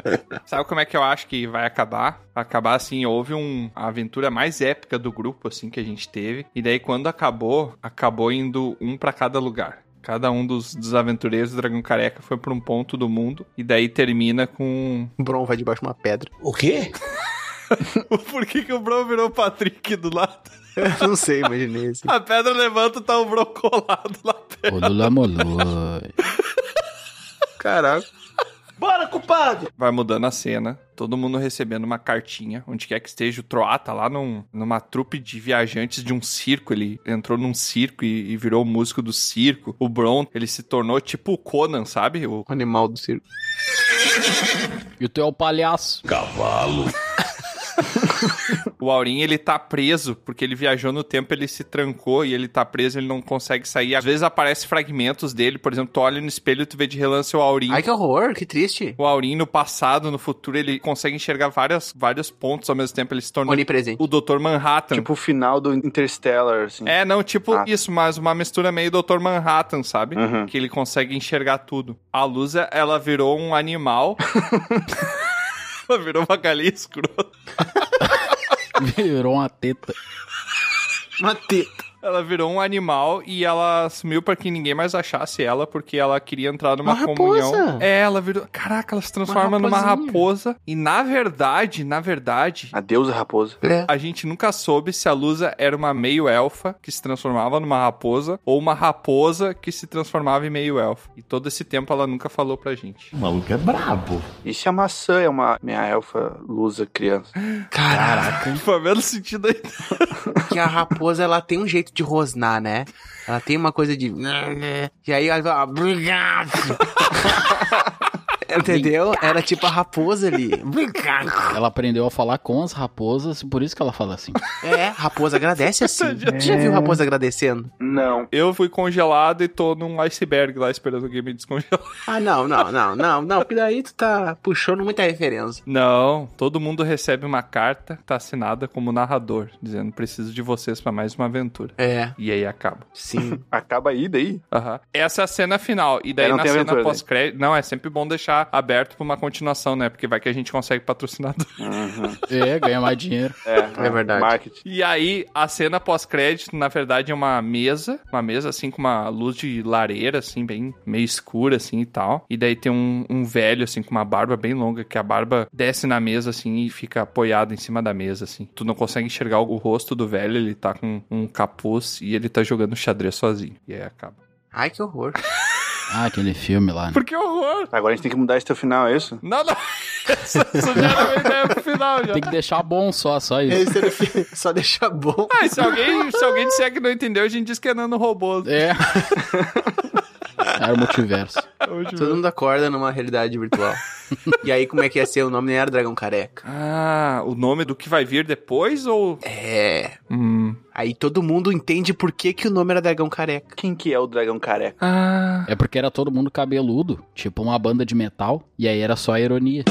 *laughs*
Sabe como é que eu acho que vai acabar? Vai acabar assim, houve um, a aventura mais épica do grupo, assim, que a gente teve. E daí, quando acabou, acabou indo um pra cada lugar. Cada um dos, dos aventureiros do Dragão Careca foi pra um ponto do mundo. E daí termina com.
Bron vai debaixo de uma pedra. *laughs*
O quê?
*laughs* Por que, que o Bron virou o Patrick do lado?
Eu não sei, imaginei assim.
A pedra levanta tá o Bron colado lá.
Olula molula.
Caraca.
Bora, culpado!
Vai mudando a cena, todo mundo recebendo uma cartinha, onde quer que esteja. O Troá tá lá num- numa trupe de viajantes de um circo. Ele entrou num circo e, e virou o músico do circo. O Bron, ele se tornou tipo o Conan, sabe? O-
O Um animal do circo.
E o teu é o palhaço.
O Aurim, ele tá preso, porque ele viajou no tempo, ele se trancou e ele tá preso, ele não consegue sair. Às vezes aparecem fragmentos dele, por exemplo, tu olha no espelho e tu vê de relance o Aurim.
Ai, que horror, que triste.
O Aurim, no passado, no futuro, ele consegue enxergar várias, vários pontos ao mesmo tempo. Ele se tornou
Onipresente.
o Dr. Manhattan.
Tipo o final do Interstellar, assim.
É, não, tipo
Ah.
isso, mas uma mistura meio Dr. Manhattan, sabe?
Hum.
Uhum.
Que ele consegue enxergar tudo. A Lusa, ela virou um
*laughs*
animal. ela virou uma galinha escrota.
Virou uma teta.
Uma teta.
Ela virou um animal e ela sumiu pra que ninguém mais achasse ela, porque ela queria entrar numa
Uma
comunhão.
raposa.
É, ela virou. Caraca, ela se transforma numa
raposinha.
raposa. E na verdade, na verdade,
A deusa raposa.
É.
A gente nunca soube se a Lusa era uma meio-elfa que se transformava numa raposa ou uma raposa que se transformava em meio-elfa. E todo esse tempo ela nunca falou pra gente.
E se a maçã é uma minha elfa lusa criança?
Caraca.
*laughs* Fazendo sentido aí.
Que a raposa, ela tem um jeito de rosnar, né? Ela tem uma coisa de... E aí ela fala... "Obrigado." Entendeu? Era tipo a raposa ali. "Obrigado."
Ela aprendeu a falar com as raposas, por isso que ela fala assim.
É, raposa agradece assim. Tu já viu raposa agradecendo?
Não.
Eu fui congelado e tô num iceberg lá esperando alguém me descongelar. *laughs*
Ah, não, não, não, não, não. Porque daí tu tá puxando muita referência.
Não, todo mundo recebe uma carta, tá assinada como narrador, dizendo preciso de vocês pra mais uma aventura.
É,
E aí acaba.
sim.
Acaba aí daí?
Aham. Essa é a cena final. E daí
É, não
na
tem
cena
aventura, né?
pós-crédito. Não, é sempre bom deixar aberto pra uma continuação, né? Porque vai que a gente consegue patrocinador.
Uhum.
É, ganha mais dinheiro.
É,
É verdade.
Marketing.
E aí, a cena pós-crédito, na verdade, é uma mesa. Uma mesa, assim, com uma luz de lareira, assim, bem meio escura, assim, e tal. E daí tem um, um velho, assim, com uma barba bem longa, que a barba desce na mesa, assim, e fica apoiada em cima da mesa, assim. Tu não consegue enxergar o rosto do velho, ele tá com um capuz e ele tá jogando xadrez sozinho. E aí acaba.
Ai, que horror.
Ah, aquele filme lá. Né?
Por que horror?
Agora a gente tem que mudar esse teu final, é isso?
Não, não. *laughs* Isso isso já era uma ideia pro final, já.
Tem que deixar bom só, só isso.
Esse era o fim. Só deixar bom.
Ah, e se alguém, se alguém disser que não entendeu, a gente diz que é nano robô.
É. Era o multiverso.
Todo mundo acorda numa realidade virtual. e aí, como é que ia ser o nome? Nem era Dragão Careca.
Ah, o nome do que vai vir depois ou.
É.
Hum.
Aí todo mundo entende por que, que o nome era Dragão Careca.
Quem que é o dragão careca?
Ah.
É porque era todo mundo cabeludo, tipo uma banda de metal, e aí era só a ironia.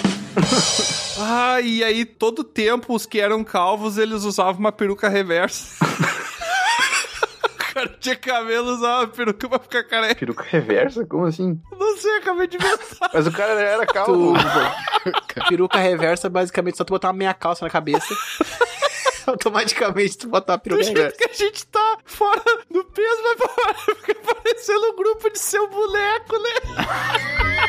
ah, e aí todo tempo os que eram calvos eles usavam uma peruca *laughs* reversa. o cara tinha cabelo usava uma peruca pra ficar careca.
Peruca reversa? Como assim?
Não sei, acabei de ver.
Mas o cara era
Tu...
calvo.
peruca reversa, basicamente, só tu botar uma meia calça na cabeça. *laughs* Automaticamente tu botar a
Do
peruca
jeito
reversa.
que a gente tá fora do peso, vai ficar parecendo um grupo de seu boneco, né?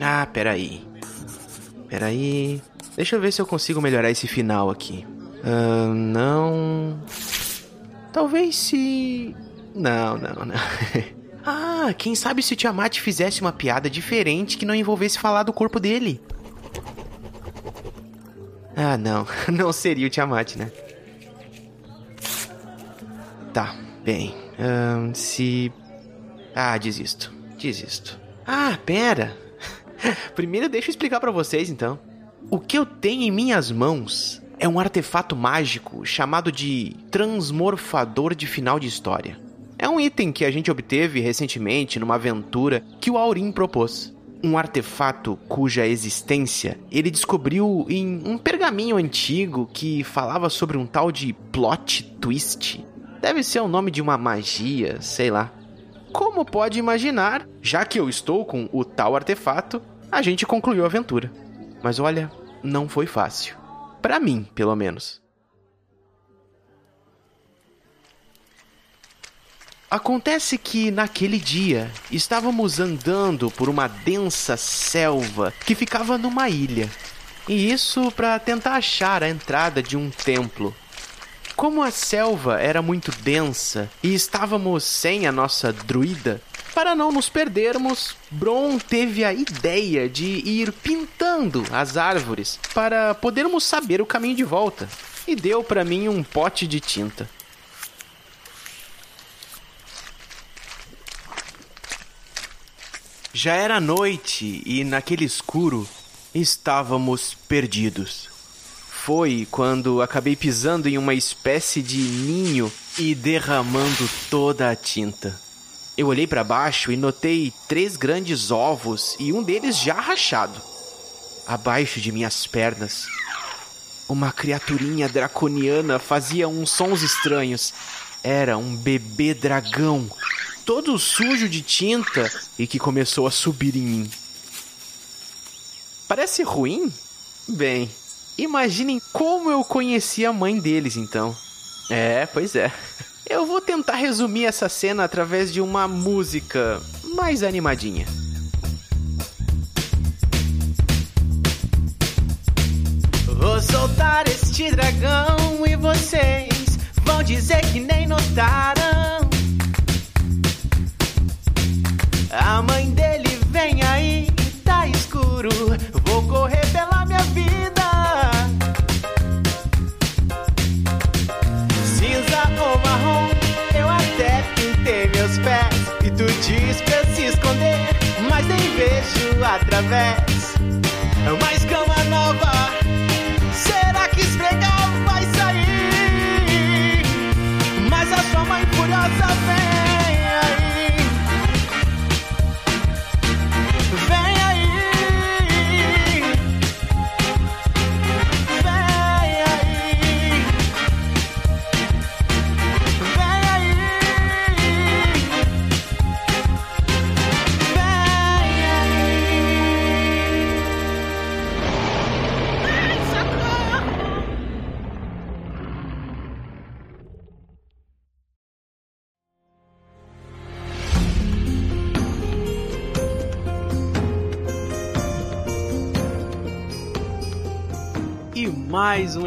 Ah, peraí. Peraí. Deixa eu ver se eu consigo melhorar esse final aqui. Ah, não. Talvez se. Não, não, *laughs* não. ah, quem sabe se o Tiamat fizesse uma piada diferente que não envolvesse falar do corpo dele? Ah, não. *laughs* Não seria o Tiamat, né? Tá, bem. ahn, se. Ah, desisto. Desisto. Ah, pera! Primeiro deixa eu explicar pra vocês então. O que eu tenho em minhas mãos é um artefato mágico chamado de transmorfador de final de história. É um item que a gente obteve recentemente numa aventura que o Aurim propôs. Um artefato cuja existência ele descobriu em um pergaminho antigo que falava sobre um tal de plot twist. Deve ser o nome de uma magia, sei lá. Como pode imaginar, já que eu estou com o tal artefato, a gente concluiu a aventura. Mas olha, não foi fácil. Pra mim, pelo menos. Acontece que naquele dia estávamos andando por uma densa selva que ficava numa ilha. E isso para tentar achar a entrada de um templo. Como a selva era muito densa e estávamos sem a nossa druida, para não nos perdermos, Bron teve a ideia de ir pintando as árvores para podermos saber o caminho de volta e deu para mim um pote de tinta. Já era noite e naquele escuro estávamos perdidos. Foi quando acabei pisando em uma espécie de ninho e derramando toda a tinta. Eu olhei para baixo e notei três grandes ovos e um deles já rachado. Abaixo de minhas pernas, uma criaturinha draconiana fazia uns sons estranhos. Era um bebê dragão, todo sujo de tinta e que começou a subir em mim. Parece ruim? Bem, imaginem como eu conheci a mãe deles então. É, pois é. Eu vou tentar resumir essa cena através de uma música mais animadinha. Vou soltar este dragão e vocês vão dizer que nem notaram. A mãe dele vem aí, tá escuro. Vou correr pela minha vida. cinza ou marrom. Eu até pintei meus pés e tu diz pra se esconder, mas nem vejo através. Mais cama nova, será que esfregar vai sair? Mas a sua mãe furiosa vem aí. Vem aí, vem aí. E mais um